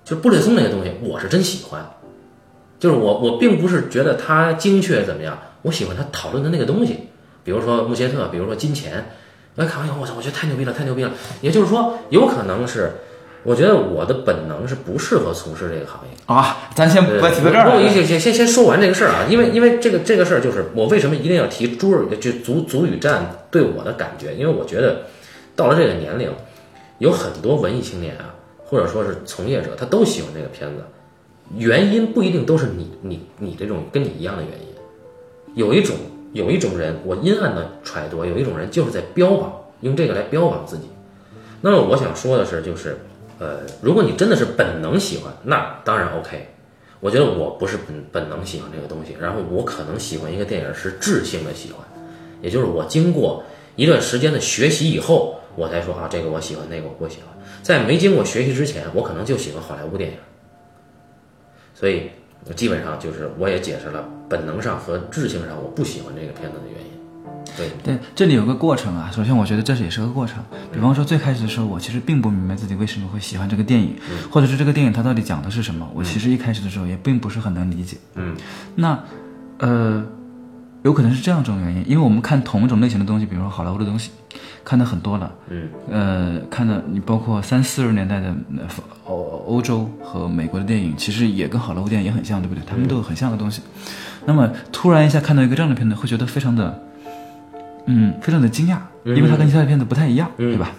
Speaker 1: 就是布列松这个东西，我是真喜欢，就是我我并不是觉得他精确怎么样，我喜欢他讨论的那个东西，比如说穆切特，比如说金钱。哎，看完以后，我操，我觉得太牛逼了，太牛逼了。也就是说，有可能是，我觉得我的本能是不适合从事这个行业。
Speaker 2: 啊，咱先不
Speaker 1: 对
Speaker 2: 要提到这儿
Speaker 1: 我我
Speaker 2: 了。
Speaker 1: 先先先先说完这个事儿啊，因为因为这个这个事儿就是我为什么一定要提朱尔就足足语战对我的感觉，因为我觉得到了这个年龄，有很多文艺青年啊，或者说是从业者，他都喜欢这个片子，原因不一定都是你你你这种跟你一样的原因，有一种有一种人，我阴暗的揣度，有一种人就是在标榜，用这个来标榜自己。那么我想说的是，就是，呃，如果你真的是本能喜欢，那当然 OK。我觉得我不是本本能喜欢这个东西，然后我可能喜欢一个电影是质性的喜欢，也就是我经过一段时间的学习以后，我才说啊，这个我喜欢，那个我不喜欢。在没经过学习之前，我可能就喜欢好莱坞电影。所以基本上就是我也解释了本能上和质性上我不喜欢这个片子的原因。对，
Speaker 2: 对，这里有个过程啊。首先，我觉得这是也是个过程。比方说，最开始的时候，我其实并不明白自己为什么会喜欢这个电影，或者是这个电影它到底讲的是什么。我其实一开始的时候也并不是很能理解。
Speaker 1: 嗯，
Speaker 2: 那，呃，有可能是这样一种原因，因为我们看同一种类型的东西，比如说好莱坞的东西，看的很多了。
Speaker 1: 嗯，
Speaker 2: 呃，看的你包括三四十年代的呃欧欧洲和美国的电影，其实也跟好莱坞电影也很像，对不对？他们都有很像的东西。那么突然一下看到一个这样的片子，会觉得非常的，嗯，非常的惊讶，因为它跟其他的片子不太一样，对吧？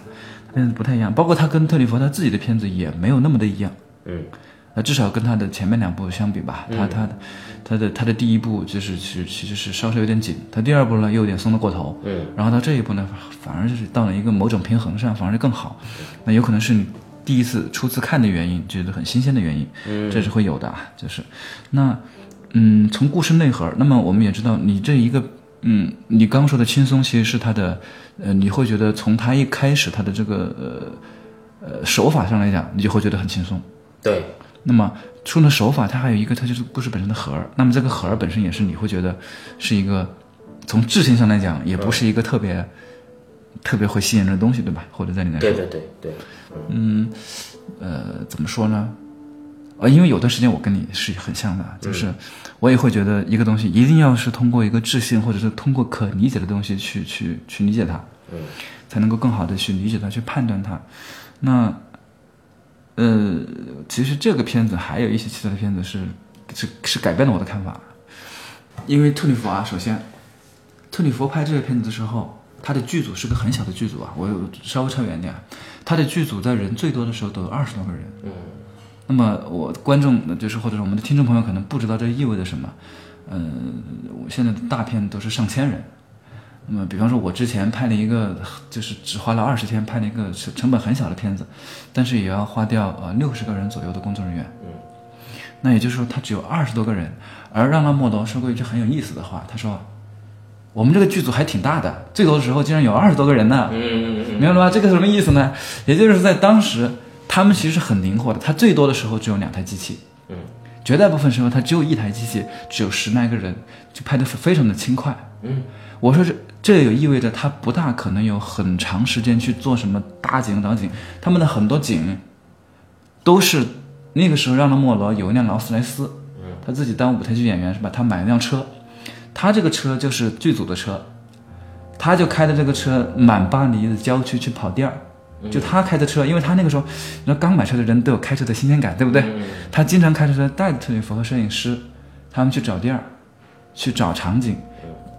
Speaker 2: 片子不太一样，包括他跟特里弗他自己的片子也没有那么的一样。
Speaker 1: 嗯，
Speaker 2: 那至少跟他的前面两部相比吧，他他的他的他的第一部就是其实其实是稍稍有点紧，他第二部呢又有点松得过头，
Speaker 1: 嗯，
Speaker 2: 然后到这一步呢，反而就是到了一个某种平衡上，反而就更好。那有可能是你第一次初次看的原因，觉得很新鲜的原因，嗯，这是会有的啊，就是那嗯，从故事内核，那么我们也知道你这一个。嗯，你刚说的轻松其实是他的，呃，你会觉得从他一开始他的这个呃呃手法上来讲，你就会觉得很轻松。
Speaker 1: 对，
Speaker 2: 那么除了手法，它还有一个，它就是故事本身的核儿。那么这个核儿本身也是你会觉得是一个从制性上来讲，也不是一个特别、特别会吸引人的东西，对吧？或者在你来说
Speaker 1: 对，对对对，
Speaker 2: 呃，怎么说呢？呃，因为有段时间我跟你是很像的，就是我也会觉得一个东西一定要是通过一个智性，或者是通过可理解的东西去去去理解它，
Speaker 1: 嗯，
Speaker 2: 才能够更好的去理解它，去判断它。那，呃，其实这个片子还有一些其他的片子是是是改变了我的看法，因为特里弗啊，首先，特里弗拍这个片子的时候，他的剧组是个很小的剧组啊，我稍微扯远点啊，他的剧组在人最多的时候都有二十多个人，那么我观众就是或者是我们的听众朋友可能不知道这意味着什么，呃，我现在的大片都是上千人。那么，比方说，我之前拍了一个，就是只花了二十天拍了一个成成本很小的片子，但是也要花掉呃六十个人左右的工作人员。嗯，那也就是说，他只有二十多个人。而让拉莫多说过一句很有意思的话，他说：“我们这个剧组还挺大的，最多的时候竟然有二十多个人呢。”
Speaker 1: 嗯嗯
Speaker 2: 明白了吧？这个什么意思呢？也就是在当时，他们其实很灵活的，他最多的时候只有两台机器，
Speaker 1: 嗯，
Speaker 2: 绝大部分时候他只有一台机器，只有十来个人，就拍的非常的轻快。
Speaker 1: 嗯，
Speaker 2: 我说这这也意味着他不大可能有很长时间去做什么搭景导景，他们的很多景都是那个时候让了莫罗有一辆劳斯莱斯，
Speaker 1: 嗯
Speaker 2: 他自己当舞台剧演员是吧？他买了辆车，他这个车就是剧组的车，他就开着这个车满巴黎的郊区去跑店儿。就他开的车，因为他那个时候，你知道刚买车的人都有开车的新鲜感，对不对？他经常开着车带着特里弗和摄影师，他们去找地儿，去找场景，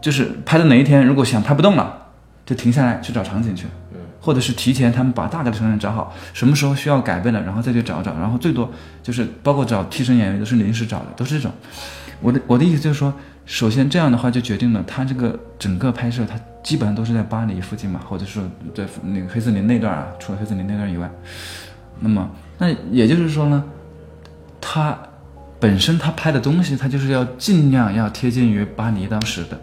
Speaker 2: 就是拍到哪一天如果想拍不动了，就停下来去找场景去，或者是提前他们把大概的场景找好，什么时候需要改变了，然后再去找找，然后最多就是包括找替身演员都是临时找的，都是这种。我的我的意思就是说，首先这样的话就决定了他这个整个拍摄，他基本上都是在巴黎附近嘛，或者是在那个黑森林那段啊，除了黑森林那段以外，那么那也就是说呢，他本身他拍的东西，他就是要尽量要贴近于巴黎当时的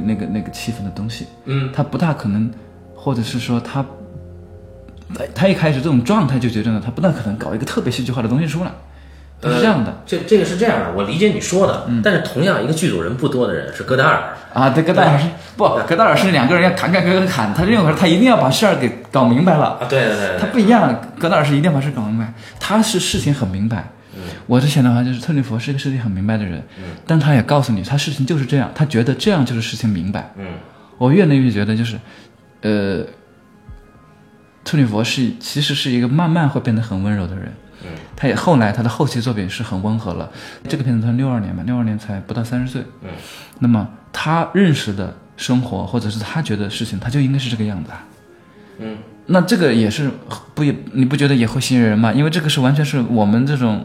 Speaker 2: 那个那个气氛的东西，
Speaker 1: 嗯，
Speaker 2: 他不大可能，或者是说他。他他一开始这种状态就决定了，他不大可能搞一个特别戏剧化的东西出来，他是这样的。
Speaker 1: 呃
Speaker 2: 嗯
Speaker 1: 这这个是这样的，我理解你说的，但是同样一个剧组人不多的人是戈达尔，
Speaker 2: 啊，对，戈达尔是不，戈达尔是两个人要砍砍砍砍砍，他这种时候他一定要把事儿给搞明白了，
Speaker 1: 啊，对对对
Speaker 2: 他不一样，戈达尔是一定要把事儿搞明白，他是事情很明白。我之前的话就是特里弗是一个事情很明白的人，但他也告诉你，他事情就是这样，他觉得这样就是事情明白。
Speaker 1: 嗯
Speaker 2: 我越来越觉得就是，呃，特里弗是其实是一个慢慢会变得很温柔的人。
Speaker 1: 嗯
Speaker 2: 他也后来他的后期作品是很温和了。这个片子他六二年嘛，六二年才不到三十岁。
Speaker 1: 嗯，
Speaker 2: 那么他认识的生活或者是他觉得事情，他就应该是这个样子啊。
Speaker 1: 嗯，
Speaker 2: 那这个也是不也你不觉得也会吸引人吗？因为这个是完全是我们这种，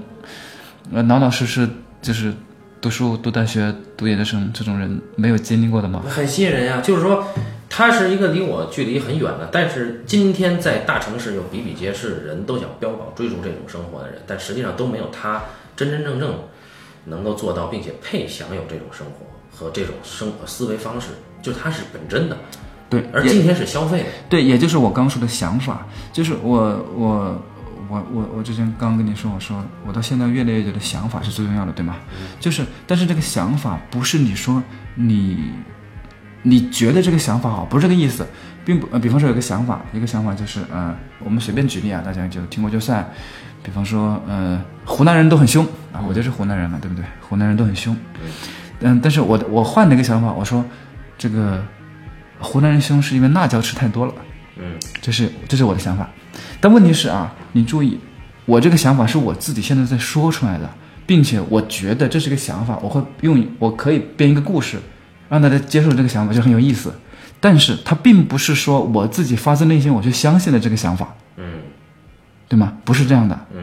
Speaker 2: 呃，老老实实就是读书、读大学、读研究生这种人没有经历过的嘛。
Speaker 1: 很吸引人呀、就是说，他是一个离我距离很远的，但是今天在大城市又比比皆是，人都想标榜追逐这种生活的人，但实际上都没有他真真正正能够做到，并且配享有这种生活和这种生活思维方式，就他是本真的，
Speaker 2: 对，
Speaker 1: 而
Speaker 2: 也
Speaker 1: 今天是消费的，
Speaker 2: 对，也就是我刚说的想法，就是我我我我我之前刚跟你说，我说我到现在越来越觉得想法是最重要的，对吗？就是，但是这个想法不是你说你你觉得这个想法好，不是这个意思，并不呃，比方说有个想法，一个想法就是呃，我们随便举例啊，大家就听过就算。比方说，呃，湖南人都很凶啊，我就是湖南人嘛，对不对？湖南人都很凶，嗯，但是我我换了一个想法，我说，这个湖南人凶是因为辣椒吃太多了，
Speaker 1: 嗯
Speaker 2: 这是这是我的想法。但问题是啊，你注意，我这个想法是我自己现在在说出来的，并且我觉得这是个想法，我会用我可以编一个故事，让大家接受这个想法就很有意思。但是它并不是说我自己发自内心我去相信了这个想法，
Speaker 1: 嗯
Speaker 2: 对吗？不是这样的。
Speaker 1: 嗯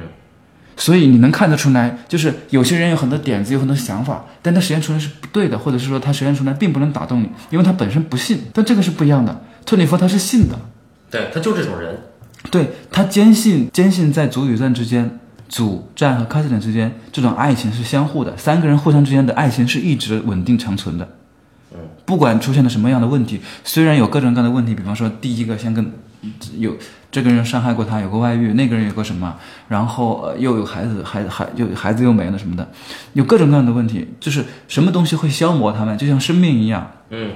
Speaker 2: 所以你能看得出来，就是有些人有很多点子，有很多想法，但他实现出来是不对的，或者是说他实现出来并不能打动你，因为他本身不信。但这个是不一样的，特里弗他是信的，
Speaker 1: 对他就这种人，
Speaker 2: 对他坚信坚信在主与战之间，主战和开始点之间，这种爱情是相互的，三个人互相之间的爱情是一直稳定长存的。不管出现了什么样的问题，虽然有各种各样的问题，比方说第一个先跟有这个人伤害过他，有个外遇，那个人有个什么，然后、呃、又有孩子，孩孩又孩子又没了什么的，有各种各样的问题，就是什么东西会消磨他们，就像生命一样。
Speaker 1: 嗯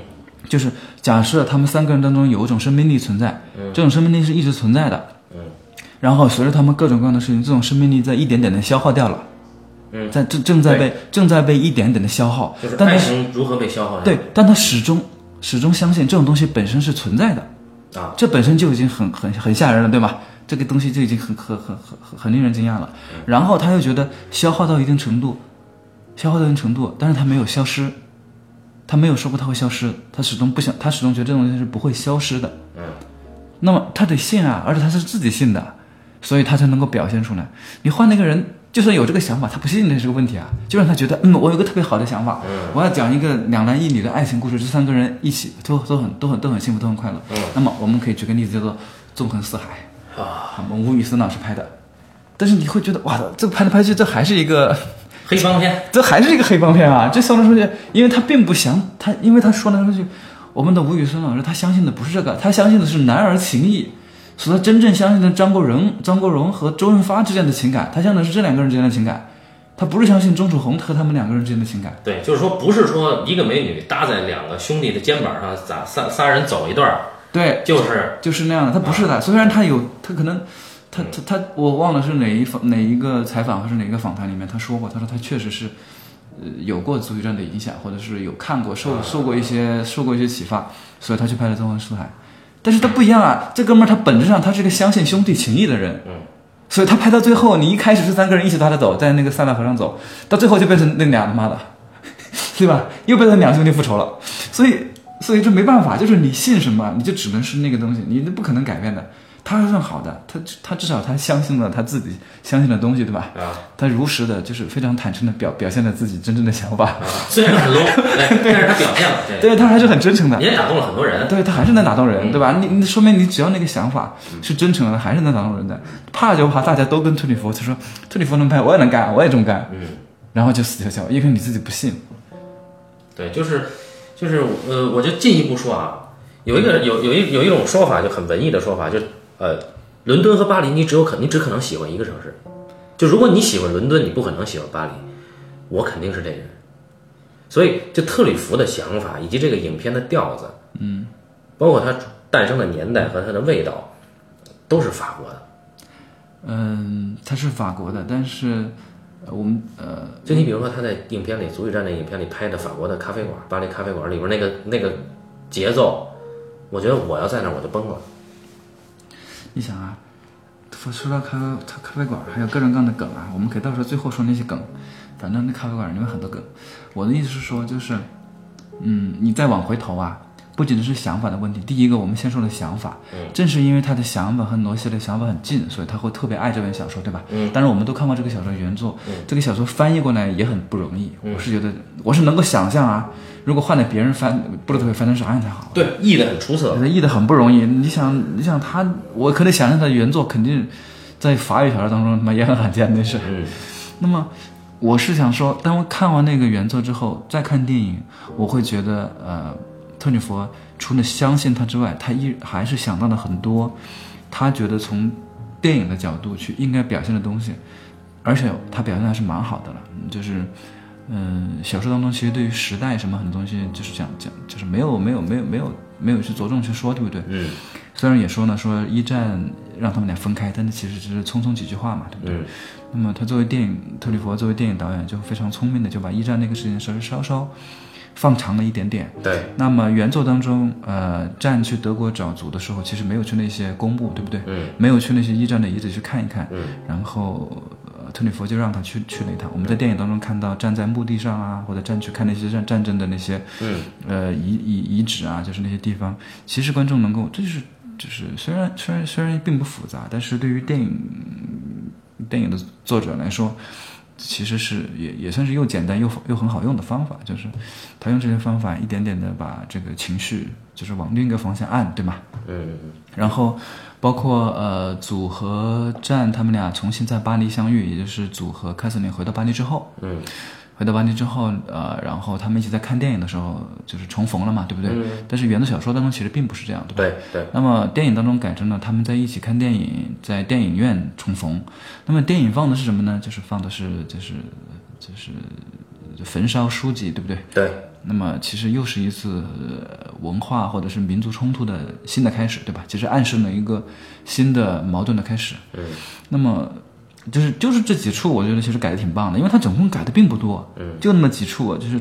Speaker 2: 就是假设他们三个人当中有一种生命力存在，
Speaker 1: 嗯
Speaker 2: 这种生命力是一直存在的，然后随着他们各种各样的事情，这种生命力在一点点的消耗掉了，
Speaker 1: 嗯
Speaker 2: 在正正在被正在被一点点的消耗
Speaker 1: 就是，
Speaker 2: 但
Speaker 1: 爱
Speaker 2: 他
Speaker 1: 情如何被消耗掉？
Speaker 2: 对，但他始终始终相信这种东西本身是存在的，
Speaker 1: 啊，
Speaker 2: 这本身就已经很很很吓人了，对吧？这个东西就已经很很很很很很令人惊讶了。然后他又觉得消耗到一定程度，消耗到一定程度，但是他没有消失，他没有说过他会消失，他始终不想，他始终觉得这种东西是不会消失的。
Speaker 1: 嗯，
Speaker 2: 那么他得信啊，而且他是自己信的，所以他才能够表现出来。你换那个人，就算有这个想法，他不信那是个问题啊，就让他觉得，嗯，我有个特别好的想法，我要讲一个两男一女的爱情故事，这三个人一起都都很都很都很幸福，都很快乐。那么我们可以举个例子叫做《纵横四海》啊，我们吴宇森老师拍的，但是你会觉得，哇，这拍来拍去，这还是一个。
Speaker 1: 黑帮片，
Speaker 2: 这还是一个黑帮片啊！这说来说去，因为他并不想他，因为他说来说去，我们的吴宇森老师他相信的不是这个，他相信的是男儿情谊，所以他真正相信的张国荣、张国荣和周润发之间的情感，他相信的是这两个人之间的情感，他不是相信钟楚红和他们两个人之间的情感。
Speaker 1: 对，就是说不是说一个美女搭在两个兄弟的肩膀上，咱仨仨人走一段儿，
Speaker 2: 对，
Speaker 1: 就是啊嗯
Speaker 2: 就是那样的，他不是的。虽然他有，他可能，他他他，我忘了是哪一访哪一个采访还是哪一个访谈里面他说过，他说他确实是，呃，有过足球战的影响，或者是有看过
Speaker 1: 啊
Speaker 2: 受受过一些受过一些启发，所以他去拍了《纵横四海》。但是他不一样啊，这哥们儿他本质上他是个相信兄弟情谊的人，
Speaker 1: 嗯，
Speaker 2: 所以他拍到最后，你一开始是三个人一起搭着走，在那个塞纳河上走，到最后就变成那俩他妈的，对吧？又变成两兄弟复仇了，所以所以这没办法，就是你信什么，你就只能是那个东西，你不可能改变的。他是好的，他他至少他相信了他自己相信的东西，对吧？
Speaker 1: 啊。
Speaker 2: 他如实的，就是非常坦诚的表表现了自己真正的想法，
Speaker 1: 啊虽然很 low，哎但是他表现了，对，
Speaker 2: 对他还是很真诚的，
Speaker 1: 也打动了很多人。
Speaker 2: 对他还是能打动人，对吧？你你说明你只要那个想法是真诚的，还是能打动人的。怕就怕大家都跟特里弗，他说特里弗能拍，我也能干，我也这么干，
Speaker 1: 嗯，
Speaker 2: 然后就死翘翘，因为你自己不信。
Speaker 1: 对，就是就是呃，我就进一步说啊，有一个有有一有一种说法就很文艺的说法，就呃，伦敦和巴黎，你只有可你只可能喜欢一个城市。就如果你喜欢伦敦，你不可能喜欢巴黎。我肯定是这人，所以就特里弗的想法以及这个影片的调子，嗯，包括它诞生的年代和它的味道，都是法国的。
Speaker 2: 嗯，他是法国的，但是呃我们呃，
Speaker 1: 就你比如说他在影片里《足语战》那影片里拍的法国的咖啡馆，巴黎咖啡馆里边那个那个节奏，我觉得我要在那儿我就崩了。
Speaker 2: 你想啊，说到咖啡咖啡馆，还有各种各样的梗啊，我们可以到时候最后说那些梗。反正那咖啡馆里面很多梗。我的意思是说，就是，嗯，你再往回头啊，不仅是想法的问题。第一个，我们先说的想法，正是因为他的想法和罗西的想法很近，所以他会特别爱这本小说，对吧？嗯。当然，我们都看过这个小说原作，这个小说翻译过来也很不容易。我是觉得，我是能够想象啊，如果换了别人翻，不知道会翻成啥样才哎好。
Speaker 1: 对，译的很出色。
Speaker 2: 他译的很不容易。你想，你想他，我可得想象他的原作肯定在法语小说当中他妈也很罕见的事。
Speaker 1: 嗯
Speaker 2: 那么我是想说，当我看完那个原作之后，再看电影，我会觉得，呃，特里弗除了相信他之外，他依还是想到了很多，他觉得从电影的角度去应该表现的东西，而且他表现的还是蛮好的了，就是。嗯，小说当中其实对于时代什么很多东西，就是讲讲，就是没有没有没有没有没有去着重去说，对不对？
Speaker 1: 嗯
Speaker 2: 虽然也说呢，说一战让他们俩分开，但是其实只是匆匆几句话嘛，对不对？
Speaker 1: 嗯
Speaker 2: 那么他作为电影特里弗作为电影导演就非常聪明的就把一战那个事情稍微稍稍放长了一点点。
Speaker 1: 对，
Speaker 2: 那么原作当中，呃，战去德国找组的时候，其实没有去那些公墓，对不对？
Speaker 1: 嗯
Speaker 2: 没有去那些一战的遗址去看一看。
Speaker 1: 嗯
Speaker 2: 然后，呃，特里弗就让他去去了一趟。我们在电影当中看到站在墓地上啊，或者站去看那些战战争的那些
Speaker 1: 嗯，
Speaker 2: 呃遗遗遗址啊，就是那些地方，其实观众能够，这就是就是虽然虽然虽然并不复杂，但是对于电影电影的作者来说，其实是也也算是又简单又又很好用的方法，就是他用这些方法一点点的把这个情绪就是往另一个方向按，对吗？
Speaker 1: 嗯
Speaker 2: 然后包括呃组合战，他们俩重新在巴黎相遇，也就是组合凯瑟琳回到巴黎之后，
Speaker 1: 嗯
Speaker 2: 回到巴黎之后，呃，然后他们一起在看电影的时候就是重逢了嘛，对不对？但是原作小说当中其实并不是这样，对吧？
Speaker 1: 对嗯对，
Speaker 2: 那么电影当中改成了他们在一起看电影，在电影院重逢。那么电影放的是什么呢？就是放的是就是就是焚烧书籍，对不对？
Speaker 1: 对，
Speaker 2: 那么其实又是一次呃文化或者是民族冲突的新的开始，对吧？其实暗示了一个新的矛盾的开始。
Speaker 1: 嗯，
Speaker 2: 那么就是就是这几处，我觉得其实改的挺棒的，因为它总共改的并不多，
Speaker 1: 嗯，
Speaker 2: 就那么几处，啊就是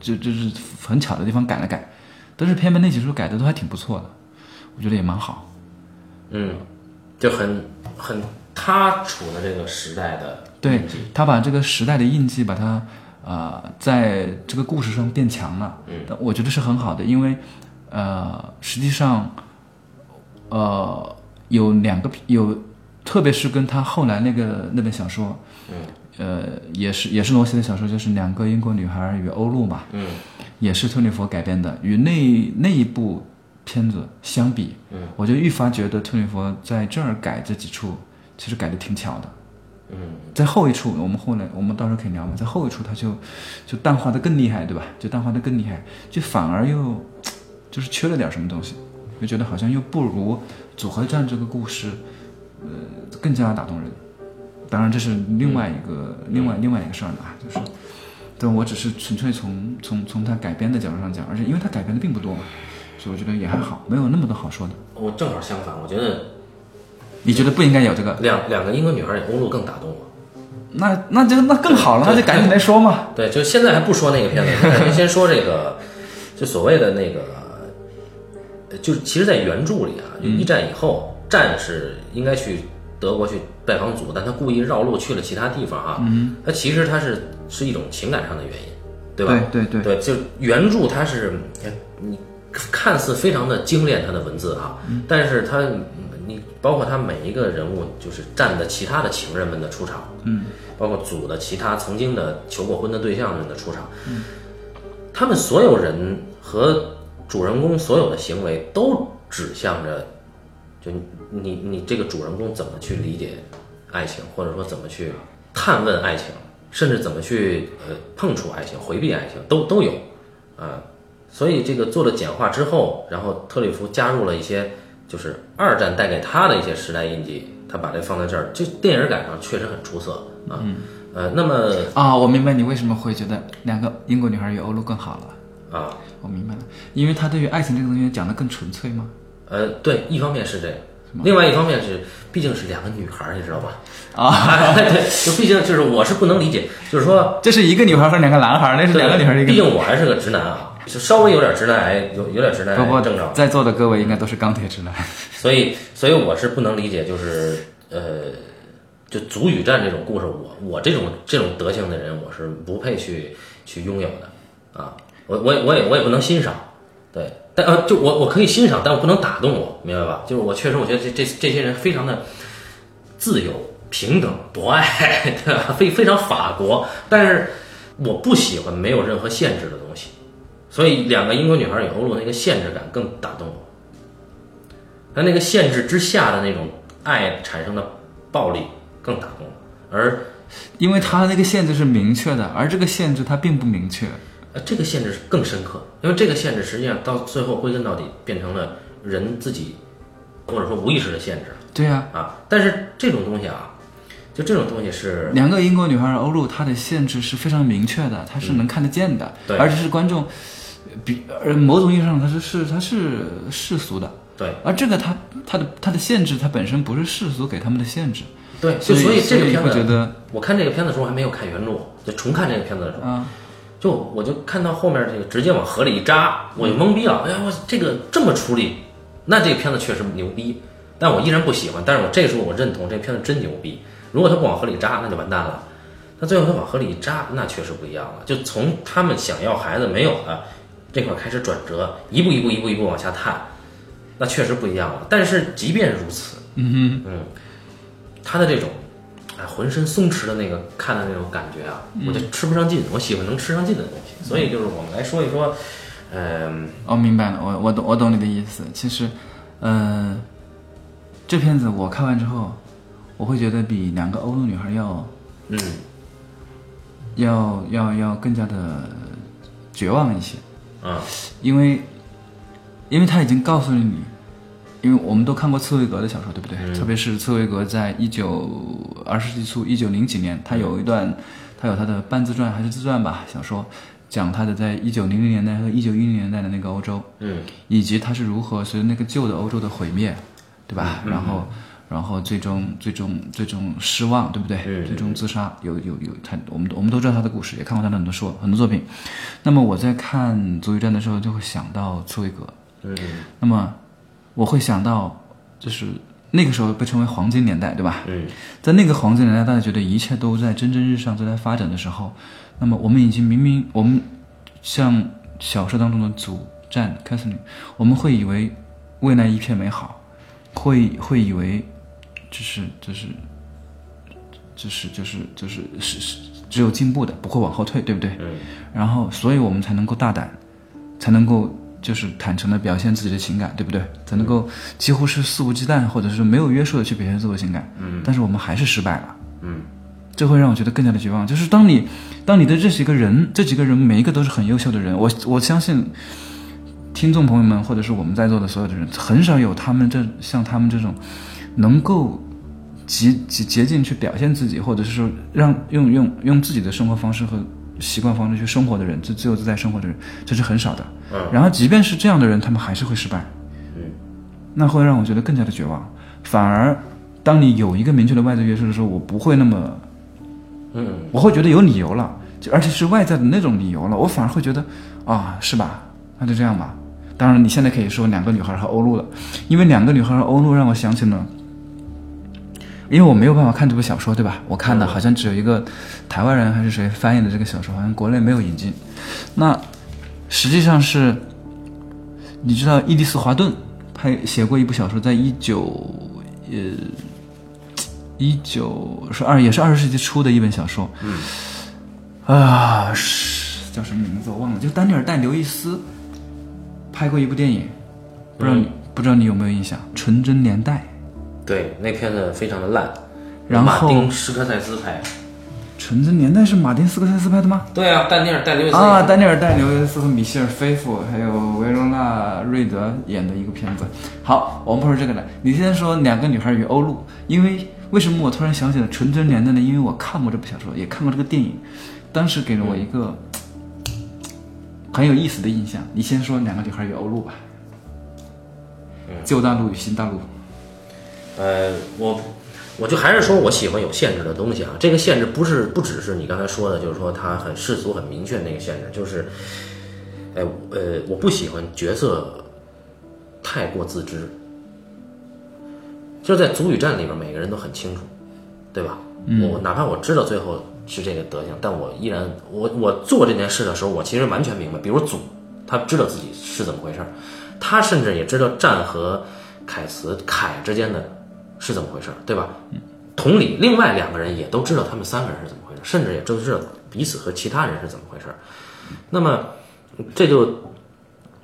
Speaker 2: 就就是很巧的地方改了改，但是偏偏那几处改的都还挺不错的，我觉得也蛮好。
Speaker 1: 嗯，就很很他处的这个时代的
Speaker 2: 对他把这个时代的印记，把它呃，在这个故事上变强了。嗯，我觉得是很好的，因为呃，实际上呃，有两个有，特别是跟他后来那个那本小说，嗯，呃，也是也是罗西的小说，就是《两个英国女孩与欧陆》嘛，
Speaker 1: 嗯，
Speaker 2: 也是特尼佛改编的，与那那一部片子相比，嗯，我就愈发觉得特尼佛在这儿改这几处，其实改的挺巧的。
Speaker 1: 嗯
Speaker 2: 在后一处，我们后来我们到时候可以聊嘛，在后一处它就就淡化的更厉害，对吧？就淡化的更厉害，就反而又就是缺了点什么东西，就觉得好像又不如组合战这个故事，呃，更加打动人。当然这是另外一个、
Speaker 1: 嗯
Speaker 2: 另外另外一个事儿了啊，就是，但我只是纯粹从从从它改编的角度上讲，而且因为它改编的并不多嘛，所以我觉得也还好，没有那么多好说的。
Speaker 1: 我正好相反，我觉得
Speaker 2: 你觉得不应该有这个？
Speaker 1: 两两个英国女孩也欧陆更打动我。
Speaker 2: 那那就那更好了，那就赶紧来说嘛。
Speaker 1: 对，就现在还不说那个片子，咱们先说这个，就所谓的那个，呃就是其实，在原著里啊，就一战以后，战是应该去德国去拜访祖，但他故意绕路去了其他地方啊。嗯，他其实他是是一种情感上的原因，对吧？
Speaker 2: 对对对
Speaker 1: 对，就原著它是呃你看似非常的精炼它的文字啊，但是它嗯你包括它每一个人物就是站的其他的情人们的出场，嗯，包括组的其他曾经的求过婚的对象们的出场，他们所有人和主人公所有的行为都指向着，就你你你这个主人公怎么去理解爱情，或者说怎么去探问爱情，甚至怎么去呃碰触爱情、回避爱情，都都有啊。所以这个做了简化之后，然后特里弗加入了一些就是二战带给他的一些时代印记，他把这放在这儿，这电影感上确实很出色啊。呃，那么
Speaker 2: 啊、我明白你为什么会觉得两个英国女孩有欧陆更好了。
Speaker 1: 啊，
Speaker 2: 我明白了，因为她对于爱情这个东西讲的更纯粹吗？
Speaker 1: 呃，对，一方面是这个，另外一方面是，毕竟是两个女孩儿，你知道吧？
Speaker 2: 啊，
Speaker 1: 对，就毕竟就是我是不能理解，就是说，
Speaker 2: 这是一个女孩和两个男孩，那是两个女孩一
Speaker 1: 毕
Speaker 2: 个。
Speaker 1: 竟我还是个直男啊，就稍微有点直男癌，有有点直男
Speaker 2: 包
Speaker 1: 癌
Speaker 2: 括
Speaker 1: 症状，
Speaker 2: 在座的各位应该都是钢铁直男。
Speaker 1: 所以所以我是不能理解，就是呃，就足语战这种故事，我我这种这种德行的人，我是不配去去拥有的啊，我我也我也我也不能欣赏，对，但呃，就我我可以欣赏，但我不能打动我，明白吧？就是我确实我觉得这这这些人非常的自由、平等、博爱， 对吧？非非常法国，但是我不喜欢没有任何限制的东西。所以，两个英国女孩与欧陆那个限制感更打动我。但那个限制之下的那种爱产生的暴力更打动我，而
Speaker 2: 因为她那个限制是明确的，而这个限制它并不明确。
Speaker 1: 呃这个限制是更深刻，因为这个限制实际上到最后归根到底变成了人自己或者说无意识的限制
Speaker 2: 对呀、
Speaker 1: 啊。但是这种东西啊，就这种东西是
Speaker 2: 两个英国女孩欧陆，她的限制是非常明确的，她是能看得见的，
Speaker 1: 嗯对
Speaker 2: 而且是观众，比而某种意义上它是是它是世俗的，
Speaker 1: 对
Speaker 2: 而这个它它的它的限制，它本身不是世俗给他们的限制。
Speaker 1: 对，就
Speaker 2: 所
Speaker 1: 以这个
Speaker 2: 以
Speaker 1: 片
Speaker 2: 会觉
Speaker 1: 子，
Speaker 2: 得
Speaker 1: 我看这个片子的时候还没有看原著，就重看这个片子的时候，
Speaker 2: 啊，
Speaker 1: 就我就看到后面这个直接往河里一扎，我就懵逼了。哎呀，我这个这么处理，那这个片子确实牛逼，但我依然不喜欢。但是我这时候我认同这片子真牛逼。如果他不往河里扎，那就完蛋了。那最后他往河里一扎，那确实不一样了。就从他们想要孩子没有了这块开始转折，一步一步一步一步往下探，那确实不一样了。但是即便如此，嗯嗯，他的这种。哎，浑身松弛的那个看的那种感觉啊，
Speaker 2: 嗯
Speaker 1: 我就吃不上劲。我喜欢能吃上劲的东西，所以就是我们来说一说，嗯、
Speaker 2: 哦，明白了，我我懂我懂你的意思。其实，呃，这片子我看完之后，我会觉得比两个欧陆女孩要
Speaker 1: 嗯
Speaker 2: 要要要更加的绝望一些，
Speaker 1: 啊，
Speaker 2: 因为因为他已经告诉了你。因为我们都看过茨威格的小说，对不对？特别是茨威格在一九二十世纪初一九零几年，他有一段，他有他的半自传还是自传吧小说，讲他的在一九零零年代和一九一零年代的那个欧洲，
Speaker 1: 嗯，
Speaker 2: 以及他是如何随着那个旧的欧洲的毁灭，对吧？然后，然后最终最终最终失望，对不对？
Speaker 1: 嗯
Speaker 2: 最终自杀，有有有他，我们我们都知道他的故事，也看过他的很多书很多作品。那么我在看《足球战》的时候，就会想到茨威格，
Speaker 1: 嗯
Speaker 2: 那么我会想到，就是那个时候被称为黄金年代，对吧？
Speaker 1: 嗯
Speaker 2: 在那个黄金年代，大家觉得一切都在蒸蒸日上、都在发展的时候，那么我们已经明明我们像小说当中的主战 c a t h e r i n 我们会以为未来一片美好，会会以为就是就是就是就是就是是是只有进步的，不会往后退，对不对？
Speaker 1: 嗯
Speaker 2: 然后，所以我们才能够大胆，才能够就是坦诚的表现自己的情感，对不对？才能够几乎是肆无忌惮，或者是没有约束的去表现自我情感。嗯，但是我们还是失败了，
Speaker 1: 嗯
Speaker 2: 这会让我觉得更加的绝望。就是当你，当你的这几个人，这几个人每一个都是很优秀的人，我我相信。听众朋友们，或者是我们在座的所有的人，很少有他们这像他们这种能够竭竭竭尽去表现自己，或者是说让用用用自己的生活方式和习惯方式去生活的人，自自由自在生活的人，这是很少的。
Speaker 1: 嗯
Speaker 2: 然后，即便是这样的人，他们还是会失败，
Speaker 1: 嗯
Speaker 2: 那会让我觉得更加的绝望。反而，当你有一个明确的外在约束的时候，我不会那么
Speaker 1: 嗯
Speaker 2: 我会觉得有理由了，就而且是外在的那种理由了，我反而会觉得啊，是吧？那就这样吧。当然，你现在可以说两个女孩和欧陆了，因为两个女孩和欧陆让我想起了，因为我没有办法看这部小说，对吧？我看的好像只有一个台湾人还是谁翻译的这个小说，好像国内没有引进。那实际上是，你知道伊迪丝·华顿拍写过一部小说，在一九呃一九是二也是二十世纪初的一本小说，嗯，啊是叫什么名字我忘了，就丹尼尔戴刘易斯拍过一部电影，不知道你、不知道你有没有印象，《纯真年代》。
Speaker 1: 对，那片子非常的烂。
Speaker 2: 然后
Speaker 1: 马丁施科塞斯拍。
Speaker 2: 《纯真年代》是马丁斯科塞斯拍的吗？
Speaker 1: 对啊，丹尼尔戴刘易斯
Speaker 2: 啊，
Speaker 1: 演的。
Speaker 2: 丹尼尔戴刘易斯和米歇尔菲佛还有维罗纳瑞德演的一个片子。好，我们不说这个了，你先说《两个女孩与欧陆》，因为为什么我突然想起了《纯真年代》呢？因为我看过这部小说，也看过这个电影，当时给了我一个、
Speaker 1: 嗯
Speaker 2: 很有意思的印象。你先说《两个女孩与欧陆》吧。
Speaker 1: 嗯
Speaker 2: 旧大陆与新大陆，
Speaker 1: 呃，我我就还是说我喜欢有限制的东西啊。这个限制不是不只是你刚才说的，就是说它很世俗、很明确那个限制，就是，哎呃，我不喜欢角色太过自知。就是在足语战里边，每个人都很清楚，对吧？我哪怕我知道最后是这个德行，但我依然我我做这件事的时候，我其实完全明白。比如祖，他知道自己是怎么回事儿，他甚至也知道战和凯茨凯之间的是怎么回事儿，对吧？同理，另外两个人也都知道他们三个人是怎么回事儿，甚至也都知道彼此和其他人是怎么回事儿。那么，这就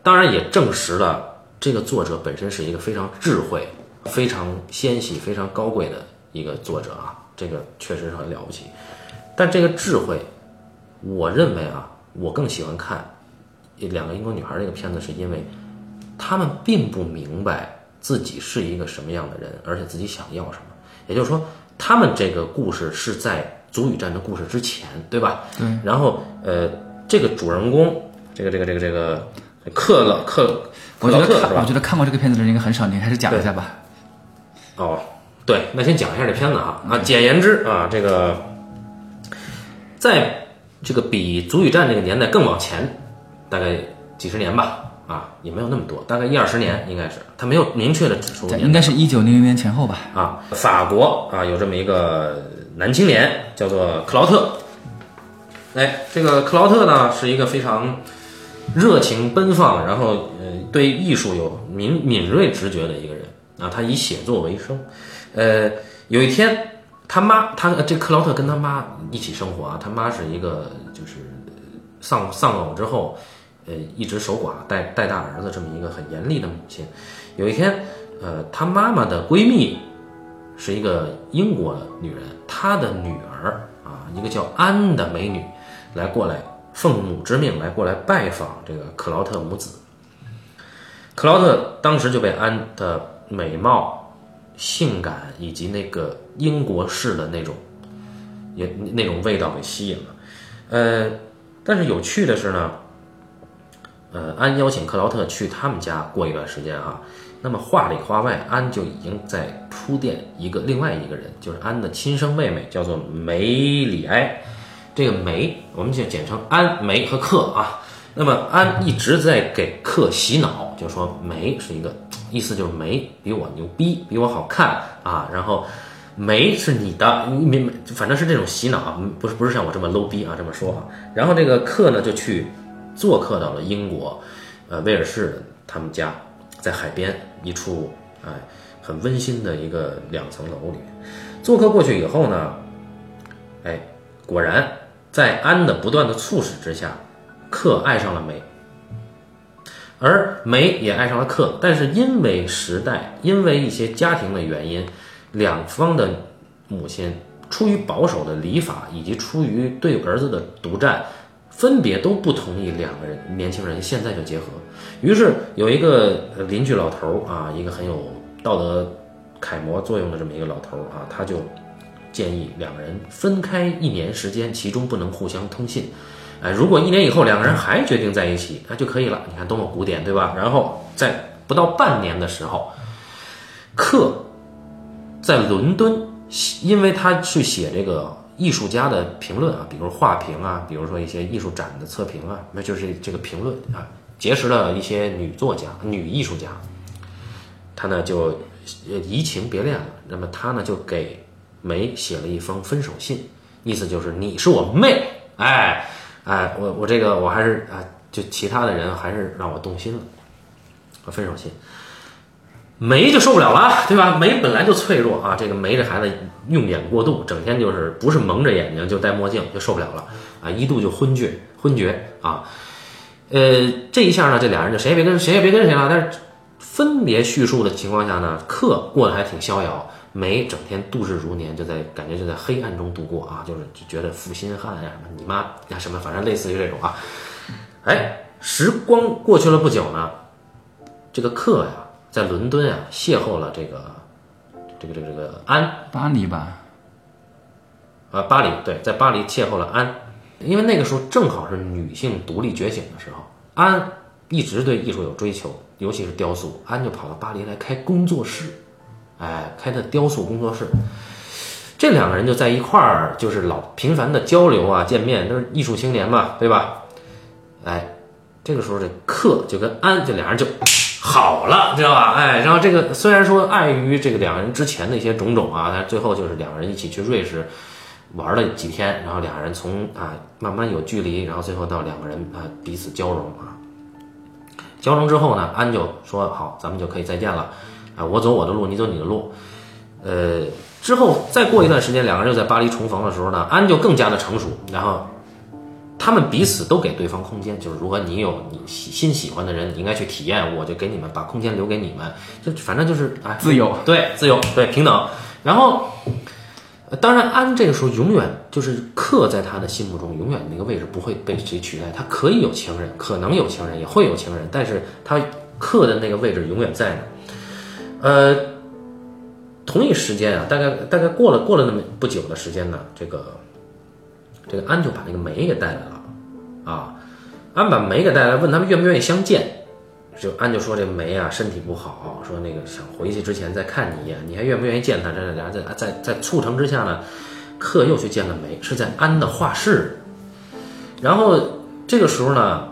Speaker 1: 当然也证实了这个作者本身是一个非常智慧、非常纤细、非常高贵的一个作者啊，这个确实是很了不起。但这个智慧，我认为啊，我更喜欢看《两个英国女孩》这个片子，是因为他们并不明白自己是一个什么样的人，而且自己想要什么。也就是说，他们这个故事是在足语战的故事之前，对吧？
Speaker 2: 对。
Speaker 1: 然后，呃，这个主人公，这个这个这个这个克劳克，
Speaker 2: 我觉得
Speaker 1: 克劳克
Speaker 2: 看
Speaker 1: 是
Speaker 2: 我
Speaker 1: 吧？
Speaker 2: 觉得看过这个片子的人应该很少，你还是讲一下吧。
Speaker 1: 哦，对，那先讲一下这片子哈。啊，简言之啊，这个在这个比足语战这个年代更往前，大概几十年吧，啊，也没有那么多，大概一二十年应该是，他没有明确的指出
Speaker 2: 在
Speaker 1: 年
Speaker 2: 应该是一九零零年前后吧。
Speaker 1: 啊，法国啊有这么一个男青年叫做克劳特，哎，这个克劳特呢是一个非常热情奔放，然后呃对艺术有敏敏锐直觉的一个人啊，他以写作为生，呃，有一天他妈他这克劳特跟他妈一起生活啊，他妈是一个就是丧丧偶之后，呃，一直守寡带带大儿子这么一个很严厉的母亲。有一天，呃，她妈妈的闺蜜是一个英国女人，她的女儿啊，一个叫安的美女，来过来奉母之命来过来拜访这个克劳特母子。克劳特当时就被安的美貌、性感以及那个英国式的那种也那种味道给吸引了。呃，但是有趣的是呢，呃，安邀请克劳特去他们家过一段时间啊哈、那么话里话外，安就已经在铺垫一个另外一个人，就是安的亲生妹妹，叫做梅里埃。这个梅，我们就简称安梅和克啊。那么安一直在给克洗脑，就说梅是一个，意思就是梅比我牛逼，比我好看啊。然后梅是你的，你你反正是这种洗脑啊，不是不是像我这么 low 逼啊这么说啊。然后这个克呢就去做客到了英国，呃威尔士他们家，在海边一处哎很温馨的一个两层楼里面。做客过去以后呢，哎，果然在安的不断的促使之下，克爱上了梅，而梅也爱上了克。但是因为时代，因为一些家庭的原因，两方的母亲出于保守的礼法，以及出于对儿子的独占，分别都不同意两个人年轻人现在就结合。于是有一个呃邻居老头儿啊，一个很有道德楷模作用的这么一个老头儿啊，他就建议两个人分开一年时间，其中不能互相通信。哎，如果一年以后两个人还决定在一起，那就可以了。你看多么古典，对吧？然后在不到半年的时候，克在伦敦，因为他去写这个艺术家的评论啊，比如画评啊，比如说一些艺术展的测评啊，那就是这个评论啊，结识了一些女作家、女艺术家，他呢就呃移情别恋了。那么他呢就给梅写了一封分手信，意思就是你是我妹，哎哎，我我这个我还是啊，就其他的人还是让我动心了，我分手信。梅就受不了了，对吧？梅本来就脆弱啊，这个梅这孩子用眼过度，整天就是不是蒙着眼睛就戴墨镜，就受不了了啊，一度就昏厥昏厥啊。呃，这一下呢，这俩人就谁也别跟谁也别跟谁了。但是分别叙述的情况下呢，克过得还挺逍遥，梅整天度日如年，就在感觉就在黑暗中度过啊，就是就觉得负心汉呀、啊什么你妈呀什么，反正类似于这种啊。哎，时光过去了不久呢，这个克呀，在伦敦啊邂逅了这个这个这个这个安，
Speaker 2: 巴黎吧，
Speaker 1: 啊，巴黎对，在巴黎邂逅了安，因为那个时候正好是女性独立觉醒的时候，安一直对艺术有追求，尤其是雕塑，安就跑到巴黎来开工作室，哎，开的雕塑工作室。这两个人就在一块儿，就是老频繁的交流啊，见面都是艺术青年嘛，对吧？哎，这个时候这克就跟安这俩人就好了，知道吧？哎，然后这个虽然说碍于这个两个人之前的一些种种啊，但是最后就是两个人一起去瑞士，玩了几天，然后俩人从啊慢慢有距离，然后最后到两个人啊彼此交融啊。交融之后呢，安就说好，咱们就可以再见了，啊，我走我的路，你走你的路。呃，之后再过一段时间，两个人又在巴黎重逢的时候呢，安就更加的成熟，然后他们彼此都给对方空间，就是如果你有你喜新喜欢的人，你应该去体验，我就给你们把空间留给你们，就反正就是哎
Speaker 2: 自由
Speaker 1: 对自由对平等。然后，呃当然安这个时候永远就是克在他的心目中永远那个位置不会被谁取代，他可以有情人，可能有情人，也会有情人，但是他克的那个位置永远在呢。呃，同一时间啊，大概大概过了过了那么不久的时间呢，这个这个安就把那个梅给带来了，啊，安把梅给带来，问他们愿不愿意相见，就安就说这梅啊身体不好，说那个想回去之前再看你一眼，你还愿不愿意见她？这俩在在在促成之下呢，克又去见了梅，是在安的画室，然后这个时候呢，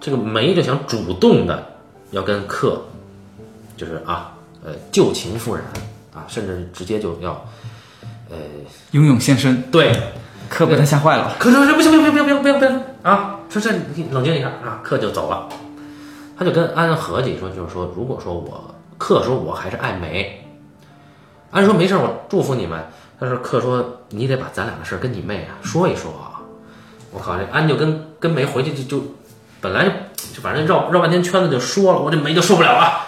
Speaker 1: 这个梅就想主动的要跟克，就是啊呃旧情复燃啊，甚至直接就要
Speaker 2: 英勇献身，
Speaker 1: 对
Speaker 2: 可被他吓坏了。
Speaker 1: 可是不行不行不行不行不行不行啊！说这你冷静一下啊！克就走了，他就跟安合计说，就是说，如果说我克说我还是爱梅，安说没事儿，我祝福你们。但是克说你得把咱俩的事儿跟你妹啊说一说啊！我靠，这安就跟跟梅回去就就本来就就反正绕绕半天圈子就说了，我这梅就受不了了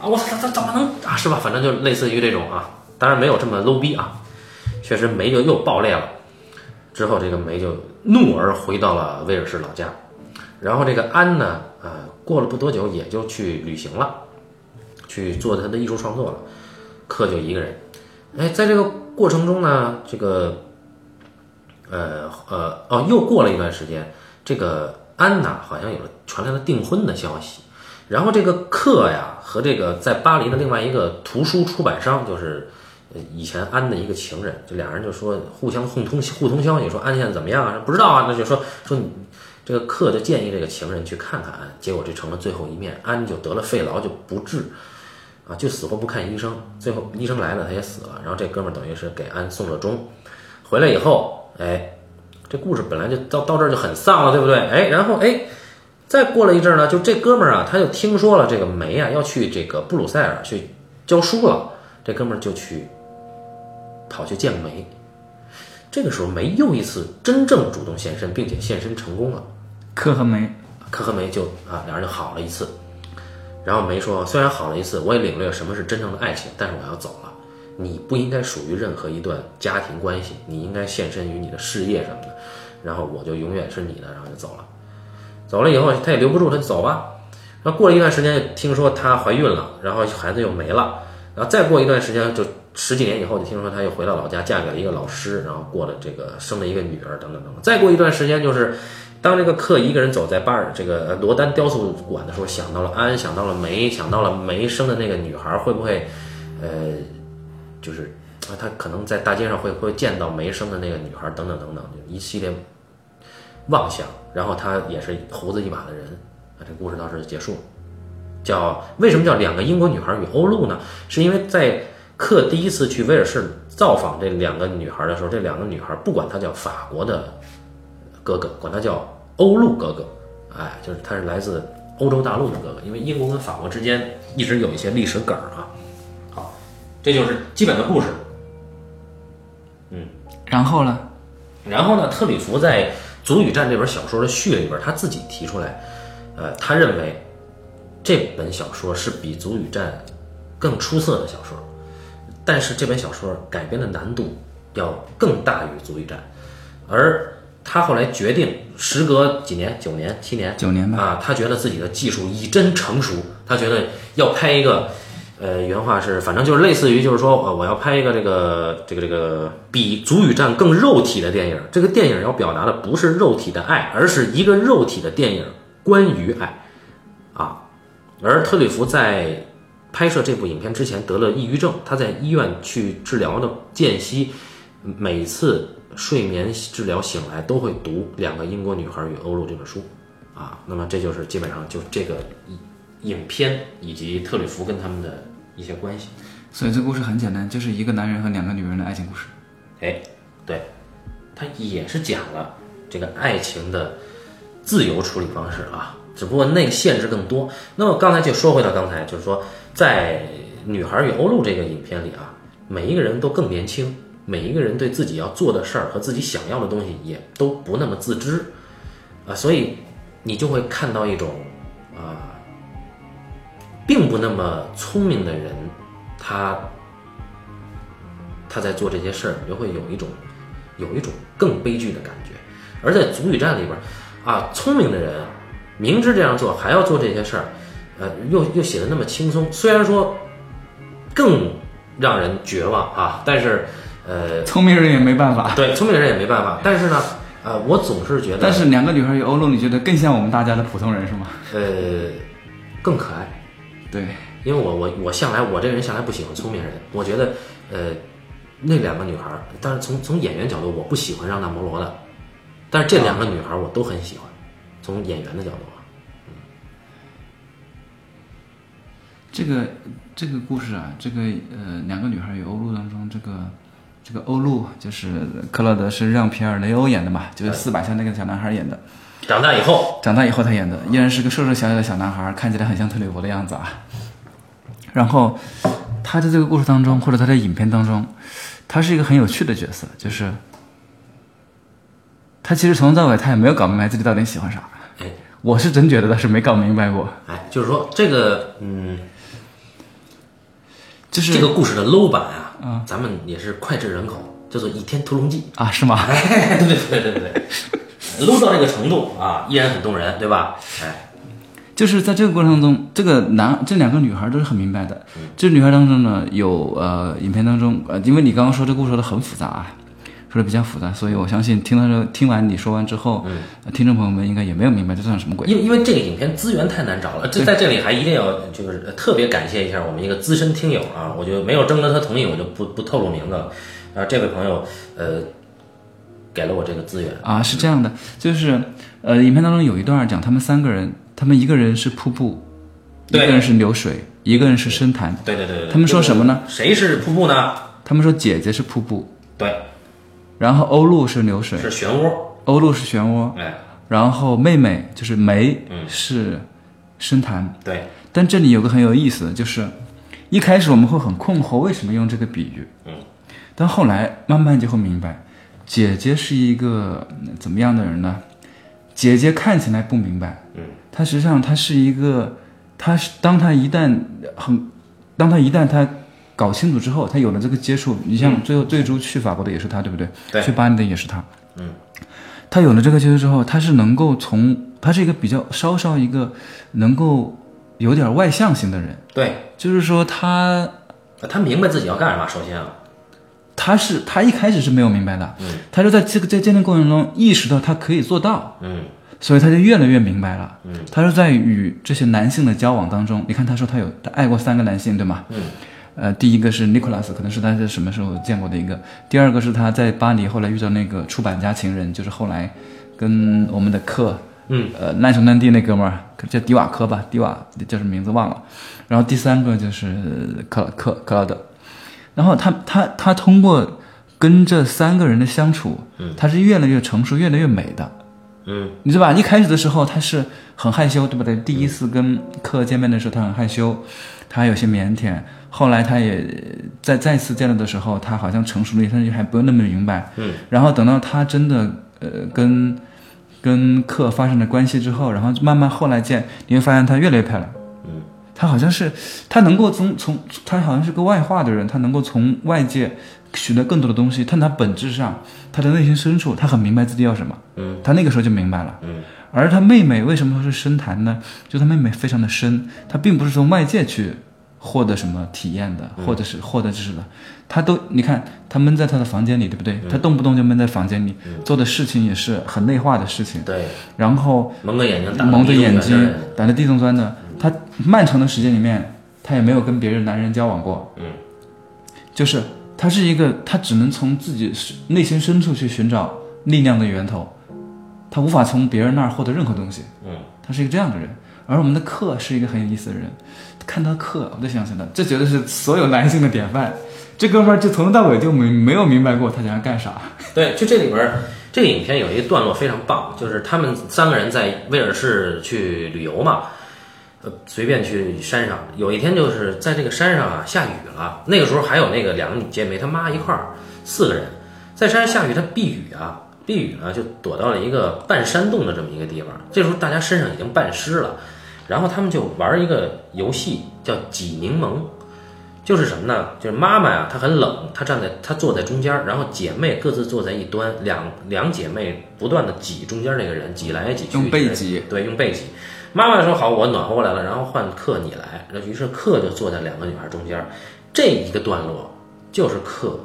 Speaker 1: 啊！我操，怎怎么能啊是吧？反正就类似于这种啊，当然没有这么 low 逼啊，确实梅就又爆裂了。之后，这个梅就怒而回到了威尔士老家。然后这个安呢，呃，过了不多久也就去旅行了，去做他的艺术创作了。克就一个人，哎，在这个过程中呢，这个呃呃哦，又过了一段时间，这个安娜好像有了传来了订婚的消息，然后这个克呀和这个在巴黎的另外一个图书出版商，就是呃以前安的一个情人，这俩人就说互相互通互通消息，说安现在怎么样啊？不知道啊，那就说说你这个克就建议这个情人去看看安，结果这成了最后一面，安就得了肺痨就不治。啊，就死活不看医生，最后医生来了，他也死了。然后这哥们儿等于是给安送了终，回来以后，哎，这故事本来就到到这儿就很丧了，对不对？哎，然后哎，再过了一阵儿呢，就这哥们儿啊，他就听说了这个梅啊要去这个布鲁塞尔去教书了，这哥们儿就去跑去见梅。这个时候，梅又一次真正主动现身，并且现身成功了。
Speaker 2: 克和梅，
Speaker 1: 柯和梅就啊，两人就好了一次。然后梅说：“虽然好了一次，我也领略了什么是真正的爱情，但是我要走了。你不应该属于任何一段家庭关系，你应该献身于你的事业什么的。然后我就永远是你的。”然后就走了。走了以后，他也留不住，他就走吧。然后过了一段时间，听说她怀孕了，然后孩子又没了。然后再过一段时间，就十几年以后，就听说她又回到老家，嫁给了一个老师，然后过了这个生了一个女儿，等等等等。再过一段时间，就是当这个克一个人走在巴尔这个呃罗丹雕塑馆的时候，想到了安，想到了梅，想到了梅生的那个女孩，会不会，呃，就是啊他可能在大街上会会见到梅生的那个女孩，等等等等，就一系列妄想。然后他也是胡子一把的人啊，这故事到这儿就结束了。叫为什么叫两个英国女孩与欧陆呢？是因为在克第一次去威尔士造访这两个女孩的时候，这两个女孩不管她叫法国的哥哥，管她叫欧陆哥哥，哎，就是她是来自欧洲大陆的哥哥，因为英国跟法国之间一直有一些历史梗儿啊。好，这就是基本的故事。
Speaker 2: 然后呢？
Speaker 1: 然后呢，特里弗在《足语战》这本小说的序里边，他自己提出来，呃，他认为这本小说是比《足语战》更出色的小说，但是这本小说改编的难度要更大于《足语战》，而他后来决定，时隔几年，九年、七年、
Speaker 2: 九年吧
Speaker 1: 啊，他觉得自己的技术已真成熟，他觉得要拍一个。呃，原话是，反正就是类似于，就是说，呃，我要拍一个这个这个这个比《足语战》更肉体的电影。这个电影要表达的不是肉体的爱，而是一个肉体的电影关于爱啊。而特里弗在拍摄这部影片之前得了抑郁症，他在医院去治疗的间隙，每次睡眠治疗醒来都会读《两个英国女孩与欧陆》这本书啊。那么这就是基本上就这个影影片以及特里弗跟他们的一些关系。
Speaker 2: 所以这故事很简单，就是一个男人和两个女人的爱情故事。
Speaker 1: 哎，对，它也是讲了这个爱情的自由处理方式啊，只不过那个限制更多。那么刚才就说回到刚才，就是说在《女孩与欧陆》这个影片里啊，每一个人都更年轻，每一个人对自己要做的事儿和自己想要的东西也都不那么自知啊，所以你就会看到一种啊，并不那么聪明的人，他他在做这些事儿，你就会有一种有一种更悲剧的感觉。而在《足语战》里边儿，啊，聪明的人明知这样做还要做这些事儿，呃，又又写的那么轻松，虽然说更让人绝望啊，但是呃，
Speaker 2: 聪明人也没办法。
Speaker 1: 对聪明人也没办法。但是呢，呃，我总是觉得，
Speaker 2: 但是两个女孩与欧陆，你觉得更像我们大家的普通人是吗？
Speaker 1: 呃，更可爱。
Speaker 2: 对，
Speaker 1: 因为我我我向来我这个人向来不喜欢聪明人，我觉得呃那两个女孩儿，但是从从演员角度我不喜欢让娜摩罗的，但是这两个女孩儿我都很喜欢，从演员的角度啊，
Speaker 2: 这个这个故事啊，这个呃，两个女孩与欧陆当中，这个这个欧陆就是克劳德是让皮尔雷欧演的嘛，就是四百像那个小男孩演的。
Speaker 1: 长大以后
Speaker 2: 长大以后他演的依然是个瘦瘦小小的小男孩，看起来很像特里弗的样子啊。然后他在这个故事当中，或者他在影片当中，他是一个很有趣的角色，就是他其实从头到尾他也没有搞明白自己到底喜欢啥。
Speaker 1: 哎
Speaker 2: 我是真觉得他是没搞明白过，
Speaker 1: 哎，就是说这个嗯
Speaker 2: 就是
Speaker 1: 这个故事的 low 版啊，咱们也是脍炙人口，叫做《倚天屠龙记》。
Speaker 2: 啊，是吗？
Speaker 1: 哎，对对对对对对，low 到这个程度啊，依然很动人，对吧？哎，
Speaker 2: 就是在这个过程当中，这个男这两个女孩都是很明白的。这女孩当中呢，有呃，影片当中呃，因为你刚刚说这故事说的很复杂啊，说的比较复杂，所以我相信听到这听完你说完之后，呃听众朋友们应该也没有明白这算什么鬼。
Speaker 1: 因为因为这个影片资源太难找了，这在这里还一定要就是呃特别感谢一下我们一个资深听友啊，我就没有征得他同意，我就不不透露名字了。然后这位朋友呃给了我这个资源，
Speaker 2: 啊，是这样的，就是呃，影片当中有一段讲他们三个人，他们一个人是瀑布，一个
Speaker 1: 对
Speaker 2: 人是流水，一个人是深潭。
Speaker 1: 对对对对对，
Speaker 2: 他们说什么呢？
Speaker 1: 谁是瀑布呢？
Speaker 2: 他们说姐姐是瀑布，
Speaker 1: 对，
Speaker 2: 然后欧陆是流水，
Speaker 1: 是漩涡，
Speaker 2: 欧陆是漩涡，
Speaker 1: 哎，
Speaker 2: 然后妹妹就是梅是深潭。
Speaker 1: 对，
Speaker 2: 但这里有个很有意思的，就是一开始我们会很困惑，为什么用这个比喻？嗯，但后来慢慢就会明白，姐姐是一个嗯怎么样的人呢？姐姐看起来不明白，嗯，她实际上她是一个，她是当她一旦很，当她一旦她搞清楚之后，她有了这个接触，你像最后最初去法国的也是她，对不嗯对？
Speaker 1: 对
Speaker 2: 去巴黎的也是她，他有了这个接触之后，他是能够从他是一个比较稍稍一个能够有点外向型的人，
Speaker 1: 对，
Speaker 2: 就是说他
Speaker 1: 他明白自己要干什么，首先啊，
Speaker 2: 他是他一开始是没有明白的，他就在这个在鉴定过程中意识到他可以做到，
Speaker 1: 嗯，
Speaker 2: 所以他就越来越明白了。嗯，他说在与这些男性的交往当中，你看他说他有他爱过三个男性，对吗？嗯，呃，第一个是 Nicholas，可能是他在什么时候见过的一个；第二个是他在巴黎后来遇到那个出版家情人，就是后来跟我们的克，嗯，呃，难兄难弟那哥们儿叫迪瓦科吧，迪瓦叫什么名字忘了。然后第三个就是克克克劳德，然后他他他通过跟这三个人的相处，他是越来越成熟，越来越美的。
Speaker 1: 嗯，
Speaker 2: 你知道吧？一开始的时候他是很害羞，对不对？第一次跟客见面的时候，他很害羞，他还有些腼腆。后来他也在再次见到的时候，他好像成熟了一点，他就还不用那么明白。嗯。然后等到他真的呃跟跟客发生了关系之后，然后慢慢后来见，你会发现她越来越漂亮。
Speaker 1: 嗯。
Speaker 2: 她好像是她能够从从她好像是个外化的人，她能够从外界取得更多的东西，但她本质上，她的内心深处，她很明白自己要什么。
Speaker 1: 嗯，
Speaker 2: 她那个时候就明白了。
Speaker 1: 嗯，
Speaker 2: 而她妹妹为什么是深潭呢？就她妹妹非常的深，她并不是从外界去获得什么体验的，或者是获得知识的，她都你看，她闷在她的房间里，对不对？她动不动就闷在房间里，做的事情也是很内化的事情，
Speaker 1: 对，
Speaker 2: 然后
Speaker 1: 蒙个眼睛打，
Speaker 2: 蒙着眼睛
Speaker 1: 对
Speaker 2: 打着地洞钻的，他漫长的时间里面，他也没有跟别人男人交往过，
Speaker 1: 嗯，
Speaker 2: 就是他是一个，他只能从自己内心深处去寻找力量的源头，他无法从别人那儿获得任何东西，
Speaker 1: 嗯，
Speaker 2: 他是一个这样的人。而我们的克是一个很有意思的人，看到克，我就想起来，这绝对是所有男性的典范。这哥们儿就从头到尾就没没有明白过他想要干啥。
Speaker 1: 对，就这里边儿，这个影片有一段落非常棒，就是他们三个人在威尔士去旅游嘛，呃，随便去山上。有一天就是在这个山上啊下雨了，那个时候还有那个两个姐妹她妈一块儿，四个人在山上下雨，她避雨啊，避雨呢就躲到了一个半山洞的这么一个地方。这时候大家身上已经半湿了，然后他们就玩一个游戏叫挤柠檬。就是什么呢？就是妈妈呀、她很冷，她站在她坐在中间儿，然后姐妹各自坐在一端，两两姐妹不断的挤中间那个人，挤来挤去，
Speaker 2: 用背
Speaker 1: 来
Speaker 2: 挤，
Speaker 1: 对，用背挤。妈妈说好，我暖和过来了，然后换克你来。那于是克就坐在两个女孩中间儿，这一个段落就是克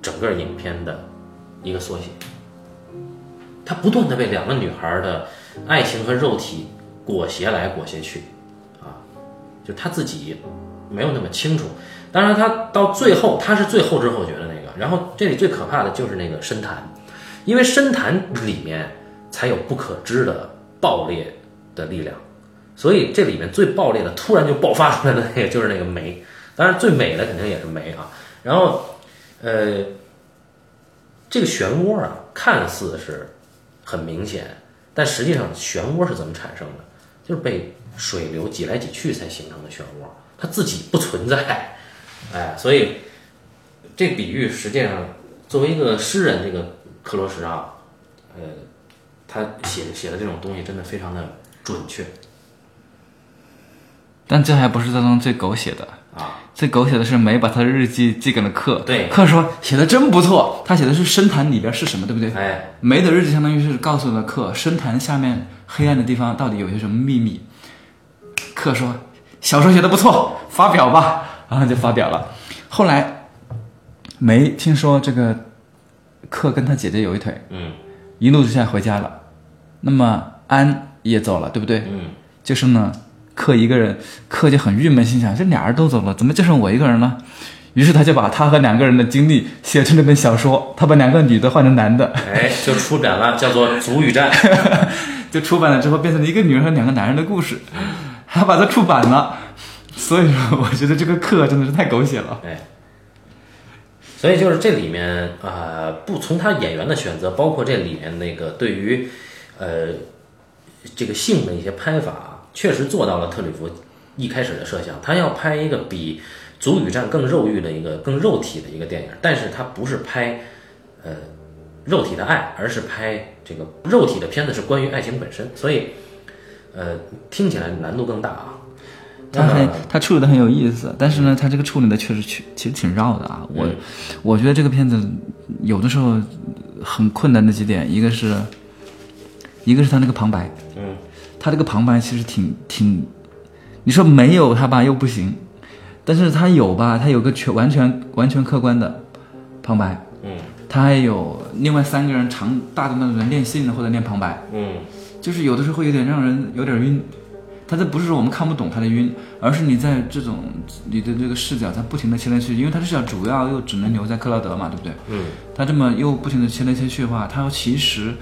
Speaker 1: 整个影片的一个缩写。他不断的被两个女孩的爱情和肉体裹挟来裹挟去，啊，就他自己没有那么清楚。当然，他到最后他是最后知后觉的那个。然后这里最可怕的就是那个深潭，因为深潭里面才有不可知的爆裂的力量，所以这里面最爆裂的突然就爆发出来的那个就是那个煤。当然，最美的肯定也是煤啊。然后，呃，这个漩涡啊，看似是很明显，但实际上漩涡是怎么产生的？就是被水流挤来挤去才形成的漩涡，它自己不存在。哎，所以这比喻实际上作为一个诗人，这个克罗什啊，呃，他写写的这种东西真的非常的准确
Speaker 2: 但这还不是当中最狗血的，
Speaker 1: 啊。
Speaker 2: 最狗血的是梅把他的日记寄给了克，
Speaker 1: 对
Speaker 2: 克说写的真不错，他写的是深潭里边是什么，对不对？
Speaker 1: 哎，
Speaker 2: 梅的日记相当于是告诉了克深潭下面黑暗的地方到底有些什么秘密。克说小说写的不错，发表吧，然后就发表了。后来梅听说这个克跟他姐姐有一腿，
Speaker 1: 嗯
Speaker 2: 一怒之下回家了。那么安也走了，对不对？
Speaker 1: 嗯
Speaker 2: 就剩呢，克一个人，克就很郁闷，心想这俩人都走了，怎么就剩我一个人了？于是他就把他和两个人的经历写成了本小说，他把两个女的换成男的，
Speaker 1: 哎，就出展了，叫做《足语战》。
Speaker 2: 就出版了之后变成了一个女人和两个男人的故事，还把它出版了。所以说，我觉得这个克真的是太狗血了。
Speaker 1: 哎，所以就是这里面啊、呃不从他演员的选择，包括这里面那个对于呃这个性的一些拍法，确实做到了特吕弗一开始的设想，他要拍一个比《足与战》更肉欲的一个更肉体的一个电影，但是他不是拍呃肉体的爱，而是拍这个肉体的片子是关于爱情本身，所以呃听起来难度更大啊。
Speaker 2: 他
Speaker 1: 嗯
Speaker 2: 很他处理的很有意思，但是呢，他这个处理的确实挺其实挺绕的啊。我、
Speaker 1: 嗯
Speaker 2: 我觉得这个片子有的时候很困难的几点，一个是一个是他那个旁白，
Speaker 1: 嗯，
Speaker 2: 他这个旁白其实挺挺，你说没有他吧又不行，但是他有吧，他有个全完全完全客观的旁白，
Speaker 1: 嗯
Speaker 2: 他还有另外三个人长大段的人练信或者练旁白，
Speaker 1: 嗯
Speaker 2: 就是有的时候会有点让人有点晕。他这不是说我们看不懂他的晕，而是你在这种你的这个视角在不停的切来切去，因为他的视角主要又只能留在克劳德嘛，对不对？
Speaker 1: 嗯
Speaker 2: 他这么又不停的切来切去的话，他其实，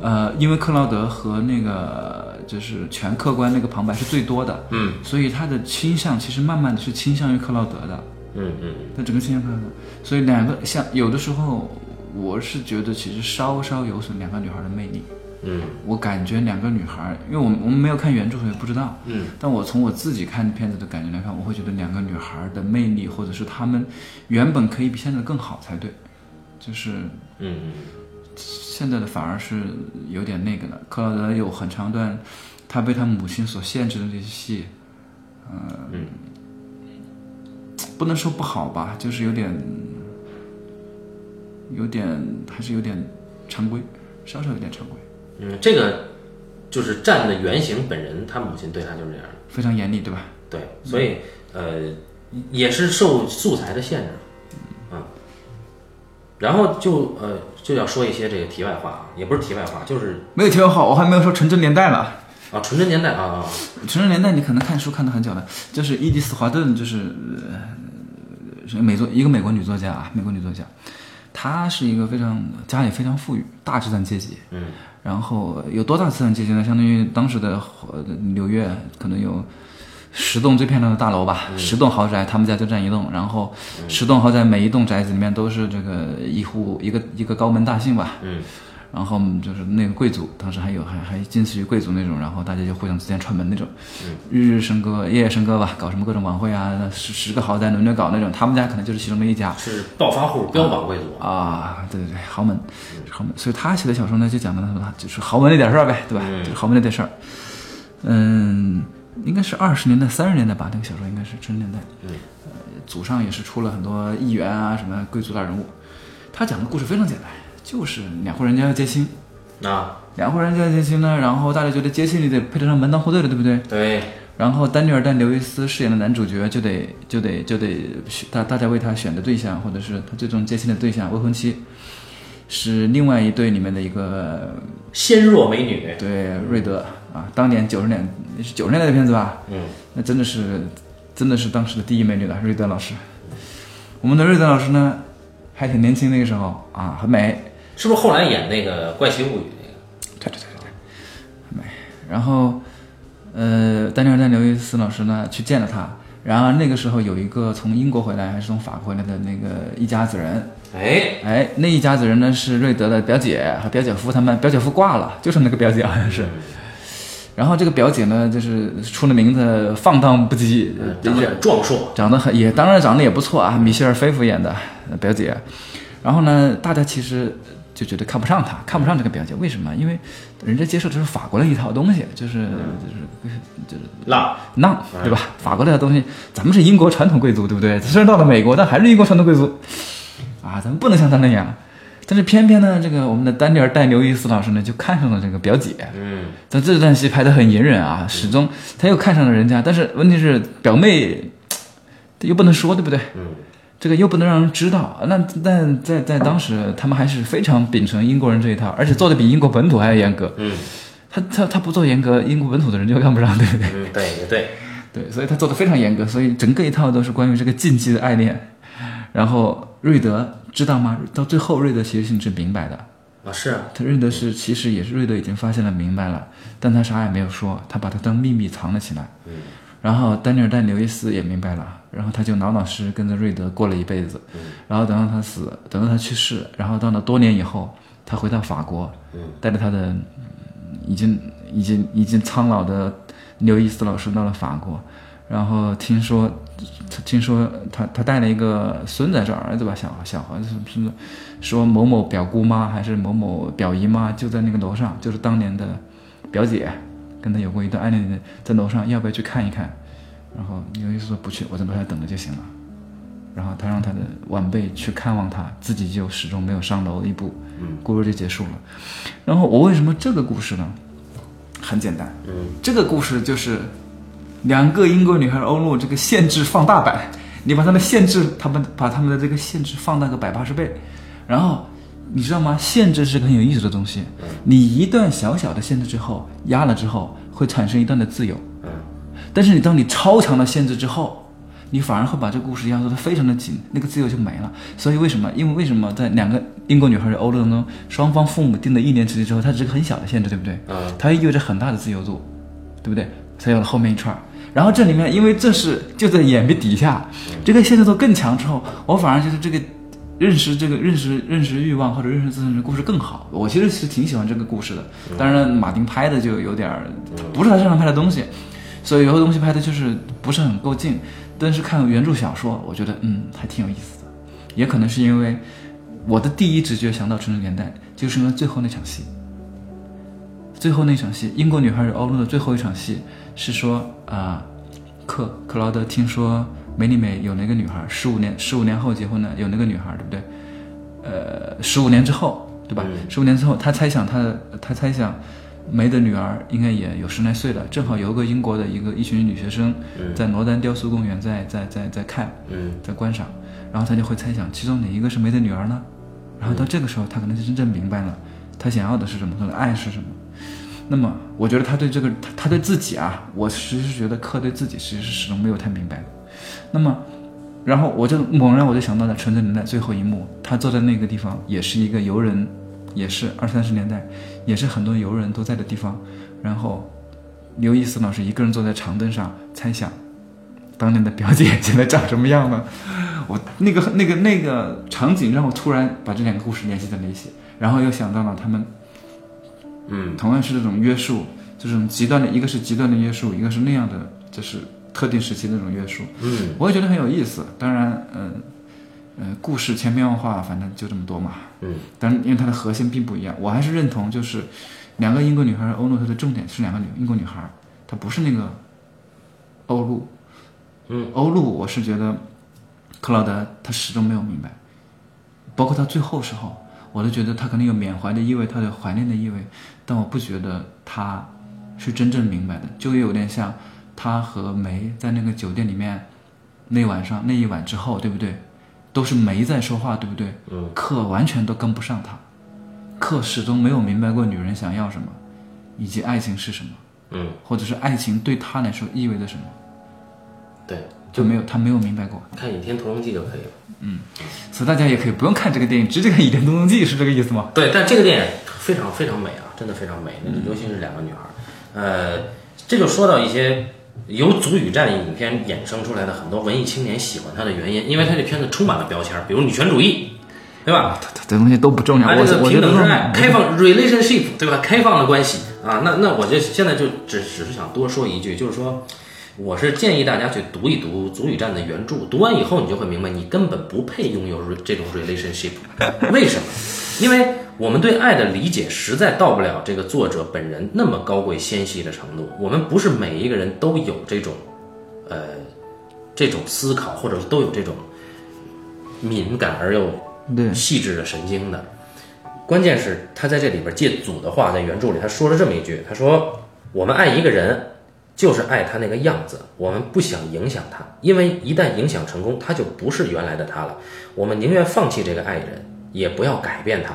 Speaker 2: 呃，因为克劳德和那个就是全客观那个旁白是最多的，
Speaker 1: 嗯
Speaker 2: 所以他的倾向其实慢慢的是倾向于克劳德的。
Speaker 1: 嗯嗯
Speaker 2: 那整个倾向克劳德，所以两个像有的时候，我是觉得其实稍稍有损两个女孩的魅力。
Speaker 1: 嗯
Speaker 2: 我感觉两个女孩儿，因为我们我们没有看原著，所以不知道。
Speaker 1: 嗯，
Speaker 2: 但我从我自己看片子的感觉来看，我会觉得两个女孩儿的魅力，或者是她们原本可以比现在的更好才对，就是
Speaker 1: 嗯嗯。
Speaker 2: 现在的反而是有点那个了。克劳德有很长段，他被他母亲所限制的这些戏，呃、
Speaker 1: 嗯
Speaker 2: 不能说不好吧，就是有点，有点还是有点常规，稍稍有点常规，
Speaker 1: 嗯，这个就是战的原型本人，他母亲对他就是这样的，
Speaker 2: 非常严厉，对吧？
Speaker 1: 对，所以呃也是受素材的限制，啊，然后就呃就要说一些这个题外话啊，也不是题外话，就是
Speaker 2: 没有题外话，我还没有说《纯真年代》了。
Speaker 1: 啊纯真年代啊，啊
Speaker 2: 《纯真年代》你可能看书看的很久了，就是伊迪丝·华顿，就是呃是美作一个美国女作家啊，美国女作家，她是一个非常家里非常富裕，大资产阶级。
Speaker 1: 嗯
Speaker 2: 然后有多大资产阶级呢？相当于当时的呃纽约可能有十栋最漂亮的大楼吧，十栋豪宅，他们家就占一栋。然后十栋豪宅每一栋宅子里面都是这个一户一个一个高门大姓吧，
Speaker 1: 嗯
Speaker 2: 然后就是那个贵族，当时还有还还近似于贵族那种，然后大家就互相之间串门那种，
Speaker 1: 嗯
Speaker 2: 日日笙歌，夜夜笙歌吧，搞什么各种晚会啊，那十十个豪宅轮流搞那种，他们家可能就是其中的一家
Speaker 1: 啊是暴发户标榜贵族，
Speaker 2: 啊，对对对，豪门，豪门，所以他写的小说呢，就讲的就是豪门那点事儿呗，对吧？就是豪门那点事儿，嗯，应该是二十年代、三十年代吧，那个小说应该是真年代，呃
Speaker 1: 嗯
Speaker 2: 祖上也是出了很多议员啊，什么贵族大人物，他讲的故事非常简单，就是两户人家要结亲。
Speaker 1: 啊
Speaker 2: 两户人家结亲呢，然后大家觉得接亲你得配得上门当户对了，对不对？
Speaker 1: 对，
Speaker 2: 然后丹尼尔·戴·刘易斯饰演的男主角就得就得就得选大大家为他选的对象，或者是他最终接亲的对象未婚妻，是另外一对里面的一个
Speaker 1: 纤弱美女，
Speaker 2: 对瑞德啊，当年九十年是九十年代的片子吧，
Speaker 1: 嗯
Speaker 2: 那真的是真的是当时的第一美女了，瑞德老师。我们的瑞德老师呢，还挺年轻那个时候啊，很美，
Speaker 1: 是不是后来演那个《怪奇物语》
Speaker 2: 对对对对对，没。然后，呃，丹尼尔·戴·刘易斯老师呢去见了他。然而那个时候有一个从英国回来还是从法国回来的那个一家子人，
Speaker 1: 那个？哎，
Speaker 2: 哎，那一家子人呢是瑞德的表姐和表姐夫他们，表姐夫挂了，就是那个表姐好像是。然后这个表姐呢，就是出了名的放荡不羁，
Speaker 1: 嗯长得很壮硕，
Speaker 2: 长得很也当然长得也不错啊，米歇尔·菲夫演的呃表姐。然后呢，大家其实就觉得看不上她，看不上这个表姐，为什么？因为人家接受的是法国的一套东西，就是就是就是
Speaker 1: 浪，
Speaker 2: 浪，对吧？法国这套东西，咱们是英国传统贵族，对不对？虽然到了美国，但还是英国传统贵族，啊，咱们不能像他那样。但是偏偏呢，这个我们的丹尼尔·戴·刘易斯老师呢，就看上了这个表姐，
Speaker 1: 嗯
Speaker 2: 但这段戏拍得很隐忍啊，始终他又看上了人家，但是问题是表妹又不能说，对不对？
Speaker 1: 嗯
Speaker 2: 这个又不能让人知道。那在在在当时，他们还是非常秉承英国人这一套，而且做的比英国本土还要严格。
Speaker 1: 嗯
Speaker 2: 他他他不做严格，英国本土的人就看不上，对不对？
Speaker 1: 嗯，对也对，
Speaker 2: 对，所以他做的非常严格，所以整个一套都是关于这个禁忌的爱恋。然后瑞德知道吗？到最后，瑞德其实心里是明白的，
Speaker 1: 啊是啊，
Speaker 2: 他瑞德是其实也是瑞德已经发现了明白了，但他啥也没有说，他把它当秘密藏了起来。
Speaker 1: 嗯
Speaker 2: 然后丹尼尔戴刘易斯也明白了，然后他就老老实实跟着瑞德过了一辈子，然后等到他死，等到他去世，然后到了多年以后，他回到法国，带着他的嗯已经已经已经苍老的刘易斯老师到了法国，然后听说他听说他他带了一个孙子还是儿子吧，小小孩子孙子，说某某表姑妈还是某某表姨妈就在那个楼上，就是当年的表姐，跟他有过一段爱恋的，哎在楼上要不要去看一看？然后刘易斯说不去，我在楼下等着就行了。然后他让他的晚辈去看望他，自己就始终没有上楼一步，故事就结束了。然后我为什么这个故事呢？很简单，
Speaker 1: 嗯
Speaker 2: 这个故事就是两个英国女孩欧陆这个限制放大版，你把她们限制，她们把她们的这个限制放大个百八十倍，然后你知道吗？限制是个很有意思的东西，你一段小小的限制之后压了之后，会产生一段的自由，
Speaker 1: 嗯
Speaker 2: 但是你当你超强的限制之后，你反而会把这故事压缩的非常的紧，那个自由就没了。所以为什么？因为为什么在两个英国女孩的欧陆当中，双方父母定了一年之期之后，它只是个很小的限制，对不对？
Speaker 1: 嗯
Speaker 2: 它意味着很大的自由度，对不对？才有了后面一串儿。然后这里面，因为这是就在眼皮底下，这个限制度更强之后，我反而觉得这个认识这个认识认识欲望或者认识自身的故事更好。我其实是挺喜欢这个故事的，当然马丁拍的就有点儿不是他擅长拍的东西，所以有的东西拍的就是不是很够劲。但是看原著小说，我觉得嗯还挺有意思的，也可能是因为我的第一直觉想到《纯真年代》，就是因为最后那场戏。最后那场戏，英国女孩与欧陆的最后一场戏是说啊、克克劳德听说梅里美有那个女孩，十五年十五年后结婚的有那个女孩，对不对？呃，十五年之后，对吧？十五、年之后，他猜想他的他猜想梅的女儿应该也有十来岁了，正好有个英国的一个一群女学生在罗丹雕塑公园在在在在看，
Speaker 1: 嗯
Speaker 2: 在观赏，然后他就会猜想其中哪一个是梅的女儿呢？然后到这个时候，他可能就真正明白了他想要的是什么，他的爱是什么。那么，我觉得他对这个他他对自己啊，我其实是觉得克对自己其实是始终没有太明白的。那么，然后我就猛然我就想到了《纯真年代》最后一幕，他坐在那个地方，也是一个游人，也是二三十年代，也是很多游人都在的地方。然后，刘易斯老师一个人坐在长凳上，猜想当年的表姐 现在长什么样呢？ 我那个那个那个场景让我突然把这两个故事联系在了一起，然后又想到了他们
Speaker 1: 嗯
Speaker 2: 同样是这种约束，这种极端的，一个是极端的约束，一个是那样的，就是特定时期的那种约束，
Speaker 1: 嗯，
Speaker 2: 我也觉得很有意思。当然，嗯、呃，故事千变万化，反正就这么多嘛。
Speaker 1: 嗯，
Speaker 2: 但因为它的核心并不一样，我还是认同，就是两个英国女孩欧陆，它的重点是两个女英国女孩，她不是那个欧陆。
Speaker 1: 嗯，
Speaker 2: 欧陆，我是觉得克劳德他始终没有明白，包括他最后时候，我都觉得他可能有缅怀的意味，他有怀念的意味，但我不觉得他是真正明白的，就有点像他和梅在那个酒店里面那晚上那一晚之后，对不对？都是梅在说话，对不对？
Speaker 1: 嗯，
Speaker 2: 克完全都跟不上他，克始终没有明白过女人想要什么，以及爱情是什么，
Speaker 1: 嗯
Speaker 2: 或者是爱情对他来说意味着什么，
Speaker 1: 对，
Speaker 2: 就没有他没有明白过。
Speaker 1: 看《倚天屠龙记》就可以了。
Speaker 2: 所以大家也可以不用看这个电影，直接看《倚天屠龙记》，是这个意思吗？
Speaker 1: 对，但这个电影非常非常美啊，真的非常美，尤其是两个女孩儿，呃，这就说到一些由《足语战》影片衍生出来的很多文艺青年喜欢它的原因，因为它这片子充满了标签儿，比如女权主义，对吧？
Speaker 2: 这这东西都不重要，
Speaker 1: 啊，
Speaker 2: 我
Speaker 1: 这个
Speaker 2: 我
Speaker 1: 平
Speaker 2: 觉得
Speaker 1: 等
Speaker 2: 说
Speaker 1: 之爱，开放 relationship，对吧？开放的关系啊，那那我就现在就只只是想多说一句，就是说，我是建议大家去读一读《足语战》的原著，读完以后你就会明白，你根本不配拥有这种 relationship。为什么？因为我们对爱的理解实在到不了这个作者本人那么高贵纤细的程度，我们不是每一个人都有这种，呃，这种思考，或者都有这种敏感而又
Speaker 2: 对，
Speaker 1: 细致的神经的。关键是他在这里边借祖的话，在原著里他说了这么一句：“他说我们爱一个人，就是爱他那个样子，我们不想影响他，因为一旦影响成功，他就不是原来的他了。我们宁愿放弃这个爱人，也不要改变他，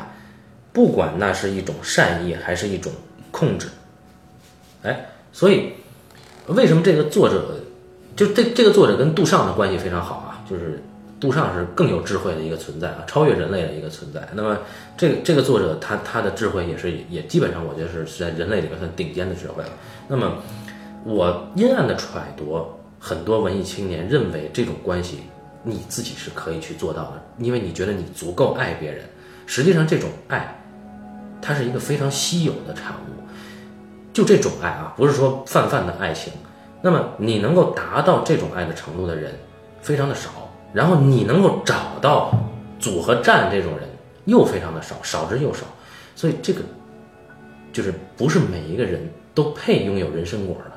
Speaker 1: 不管那是一种善意还是一种控制。哎，所以为什么这个作者，就这这个作者跟杜尚的关系非常好啊？就是杜尚是更有智慧的一个存在啊，超越人类的一个存在。那么这个这个作者他他的智慧也是也基本上我觉得是是在人类里面算顶尖的智慧了。那么我阴暗的揣度，很多文艺青年认为这种关系你自己是可以去做到的，因为你觉得你足够爱别人。实际上，这种爱，它是一个非常稀有的产物。就这种爱啊，不是说泛泛的爱情。那么，你能够达到这种爱的程度的人，非常的少。然后，你能够找到组合站这种人，又非常的少，少之又少。所以，这个就是不是每一个人都配拥有人参果的。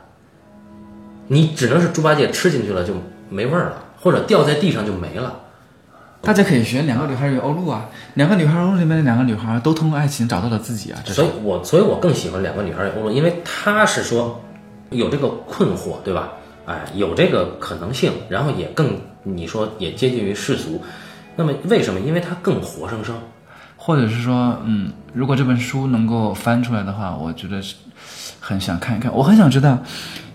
Speaker 1: 你只能是猪八戒吃进去了就没味儿了，或者掉在地上就没了。
Speaker 2: 大家可以学《两个女孩与欧陆》啊，《两个女孩与欧陆》里面的两个女孩都通过爱情找到了自己啊，这
Speaker 1: 所
Speaker 2: 是
Speaker 1: 以我所以我更喜欢两个女孩儿的欧陆，因为她是说有这个困惑，对吧？哎，有这个可能性，然后也更你说也接近于世俗。那么为什么？因为她更活生生。
Speaker 2: 或者是说，嗯，如果这本书能够翻出来的话，我觉得是很想看一看。我很想知道，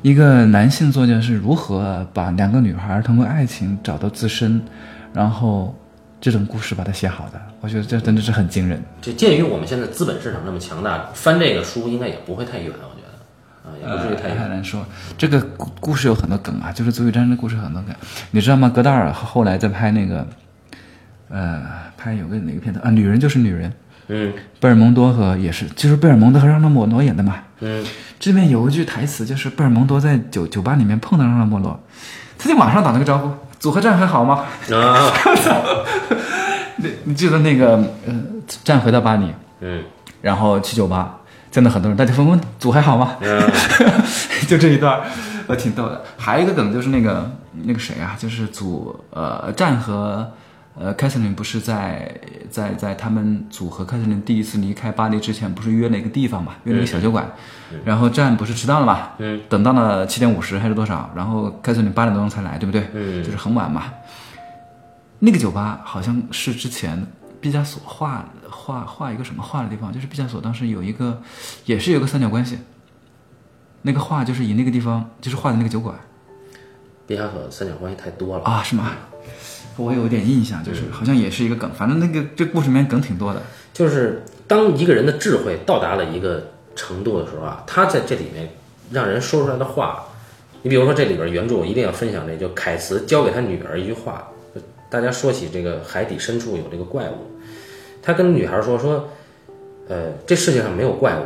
Speaker 2: 一个男性作家是如何把两个女孩通过爱情找到自身，然后这种故事把它写好的。我觉得这真的是很惊人。
Speaker 1: 这鉴于我们现在资本市场这么强大，翻这个书应该也不会太远，我觉得啊，也不至于太
Speaker 2: 呃
Speaker 1: 远。
Speaker 2: 很难说。这个故故事有很多梗啊，就是《足球战争》的故事有很多梗，你知道吗？戈达尔后来在拍那个，呃，拍有个哪个片子啊，《女人就是女人》，
Speaker 1: 嗯
Speaker 2: 贝尔蒙多和也是，就是贝尔蒙多和让·勒莫罗演的嘛。
Speaker 1: 嗯，
Speaker 2: 这边有一句台词，就是贝尔蒙多在酒酒吧里面碰到让·勒莫罗，他就马上打了个招呼：“组合战还好吗
Speaker 1: 啊，？”
Speaker 2: 你你记得那个呃，战回到巴黎，
Speaker 1: 嗯
Speaker 2: 然后去酒吧，见到很多人，大家纷纷组还好吗？
Speaker 1: 嗯
Speaker 2: 就这一段儿，呃，挺逗的。还有一个梗就是那个那个谁啊，就是组呃战和呃凯瑟琳不是在在在他们组和凯瑟琳第一次离开巴黎之前，不是约了一个地方嘛，约了一个小酒馆，然后战不是迟到了嘛，
Speaker 1: 嗯，
Speaker 2: 等到了七点五十还是多少，然后凯瑟琳八点多钟才来，对不对？
Speaker 1: 嗯
Speaker 2: 就是很晚嘛。那个酒吧好像是之前毕加索画画画一个什么画的地方，就是毕加索当时有一个，也是有一个三角关系，那个画就是以那个地方，就是画的那个酒馆
Speaker 1: 毕加索三角关系太多了。
Speaker 2: 啊，是吗？我有点印象，就是好像也是一个梗，反正那个这故事里面梗挺多的。
Speaker 1: 就是当一个人的智慧到达了一个程度的时候啊，他在这里面让人说出来的话，你比如说这里边原著我一定要分享这，就凯茨教给他女儿一句话，就大家说起这个海底深处有这个怪物，他跟女孩说说，呃，这世界上没有怪物，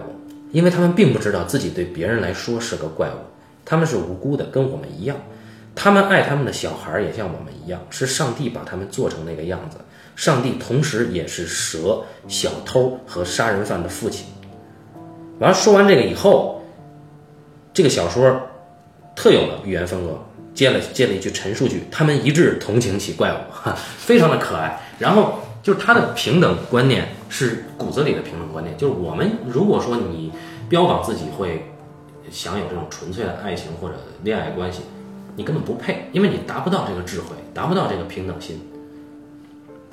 Speaker 1: 因为他们并不知道自己对别人来说是个怪物，他们是无辜的，跟我们一样。他们爱他们的小孩儿也像我们一样，是上帝把他们做成那个样子。上帝同时也是蛇、小偷和杀人犯的父亲。完了，说完这个以后，这个小说特有的语言风格，接了接了一句陈述句：“他们一致同情起怪物， 哈，非常的可爱。”然后就是他的平等观念是骨子里的平等观念，就是我们如果说你标榜自己会享有这种纯粹的爱情或者恋爱关系，你根本不配，因为你达不到这个智慧，达不到这个平等心。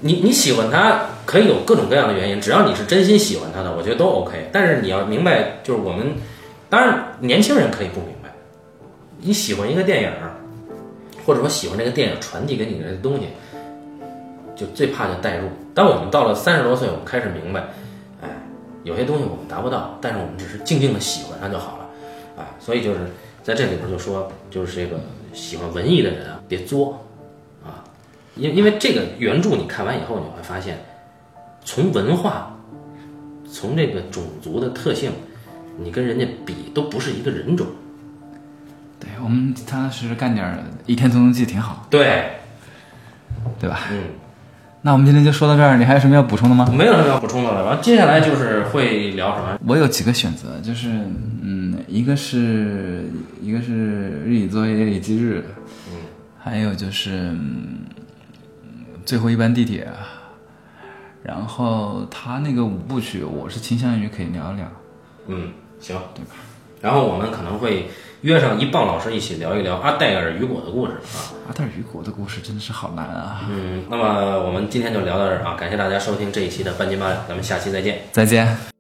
Speaker 1: 你你喜欢他可以有各种各样的原因，只要你是真心喜欢他的，我觉得都 OK。但是你要明白，就是我们，当然年轻人可以不明白，你喜欢一个电影儿，或者说喜欢这个电影传递给你的东西，就最怕就代入。当我们到了三十多岁，我们开始明白，哎，有些东西我们达不到，但是我们只是静静的喜欢它就好了，哎，所以就是在这里边就说，就是这个喜欢文艺的人啊，别作，啊，因因为这个原著你看完以后，你会发现，从文化，从这个种族的特性，你跟人家比都不是一个人种，
Speaker 2: 对我们踏踏实实干点儿一天从中记挺好，
Speaker 1: 对，
Speaker 2: 对吧？
Speaker 1: 嗯。
Speaker 2: 那我们今天就说到这儿，你还有什么要补充的吗？
Speaker 1: 没有什么要补充的了。然后接下来就是会聊什么？
Speaker 2: 我有几个选择，就是嗯，一个是一个是日以作业，夜以继日，嗯，还有就是、嗯、最后一班地铁，啊然后他那个五部曲，我是倾向于可以聊一聊，
Speaker 1: 嗯，行，
Speaker 2: 对吧？
Speaker 1: 然后我们可能会约上一棒老师一起聊一聊阿黛尔雨果的故事啊。
Speaker 2: 阿黛尔雨果的故事真的是好难啊！
Speaker 1: 嗯，那么我们今天就聊到这儿啊，感谢大家收听这一期的半斤八两，咱们下期再见。
Speaker 2: 再见。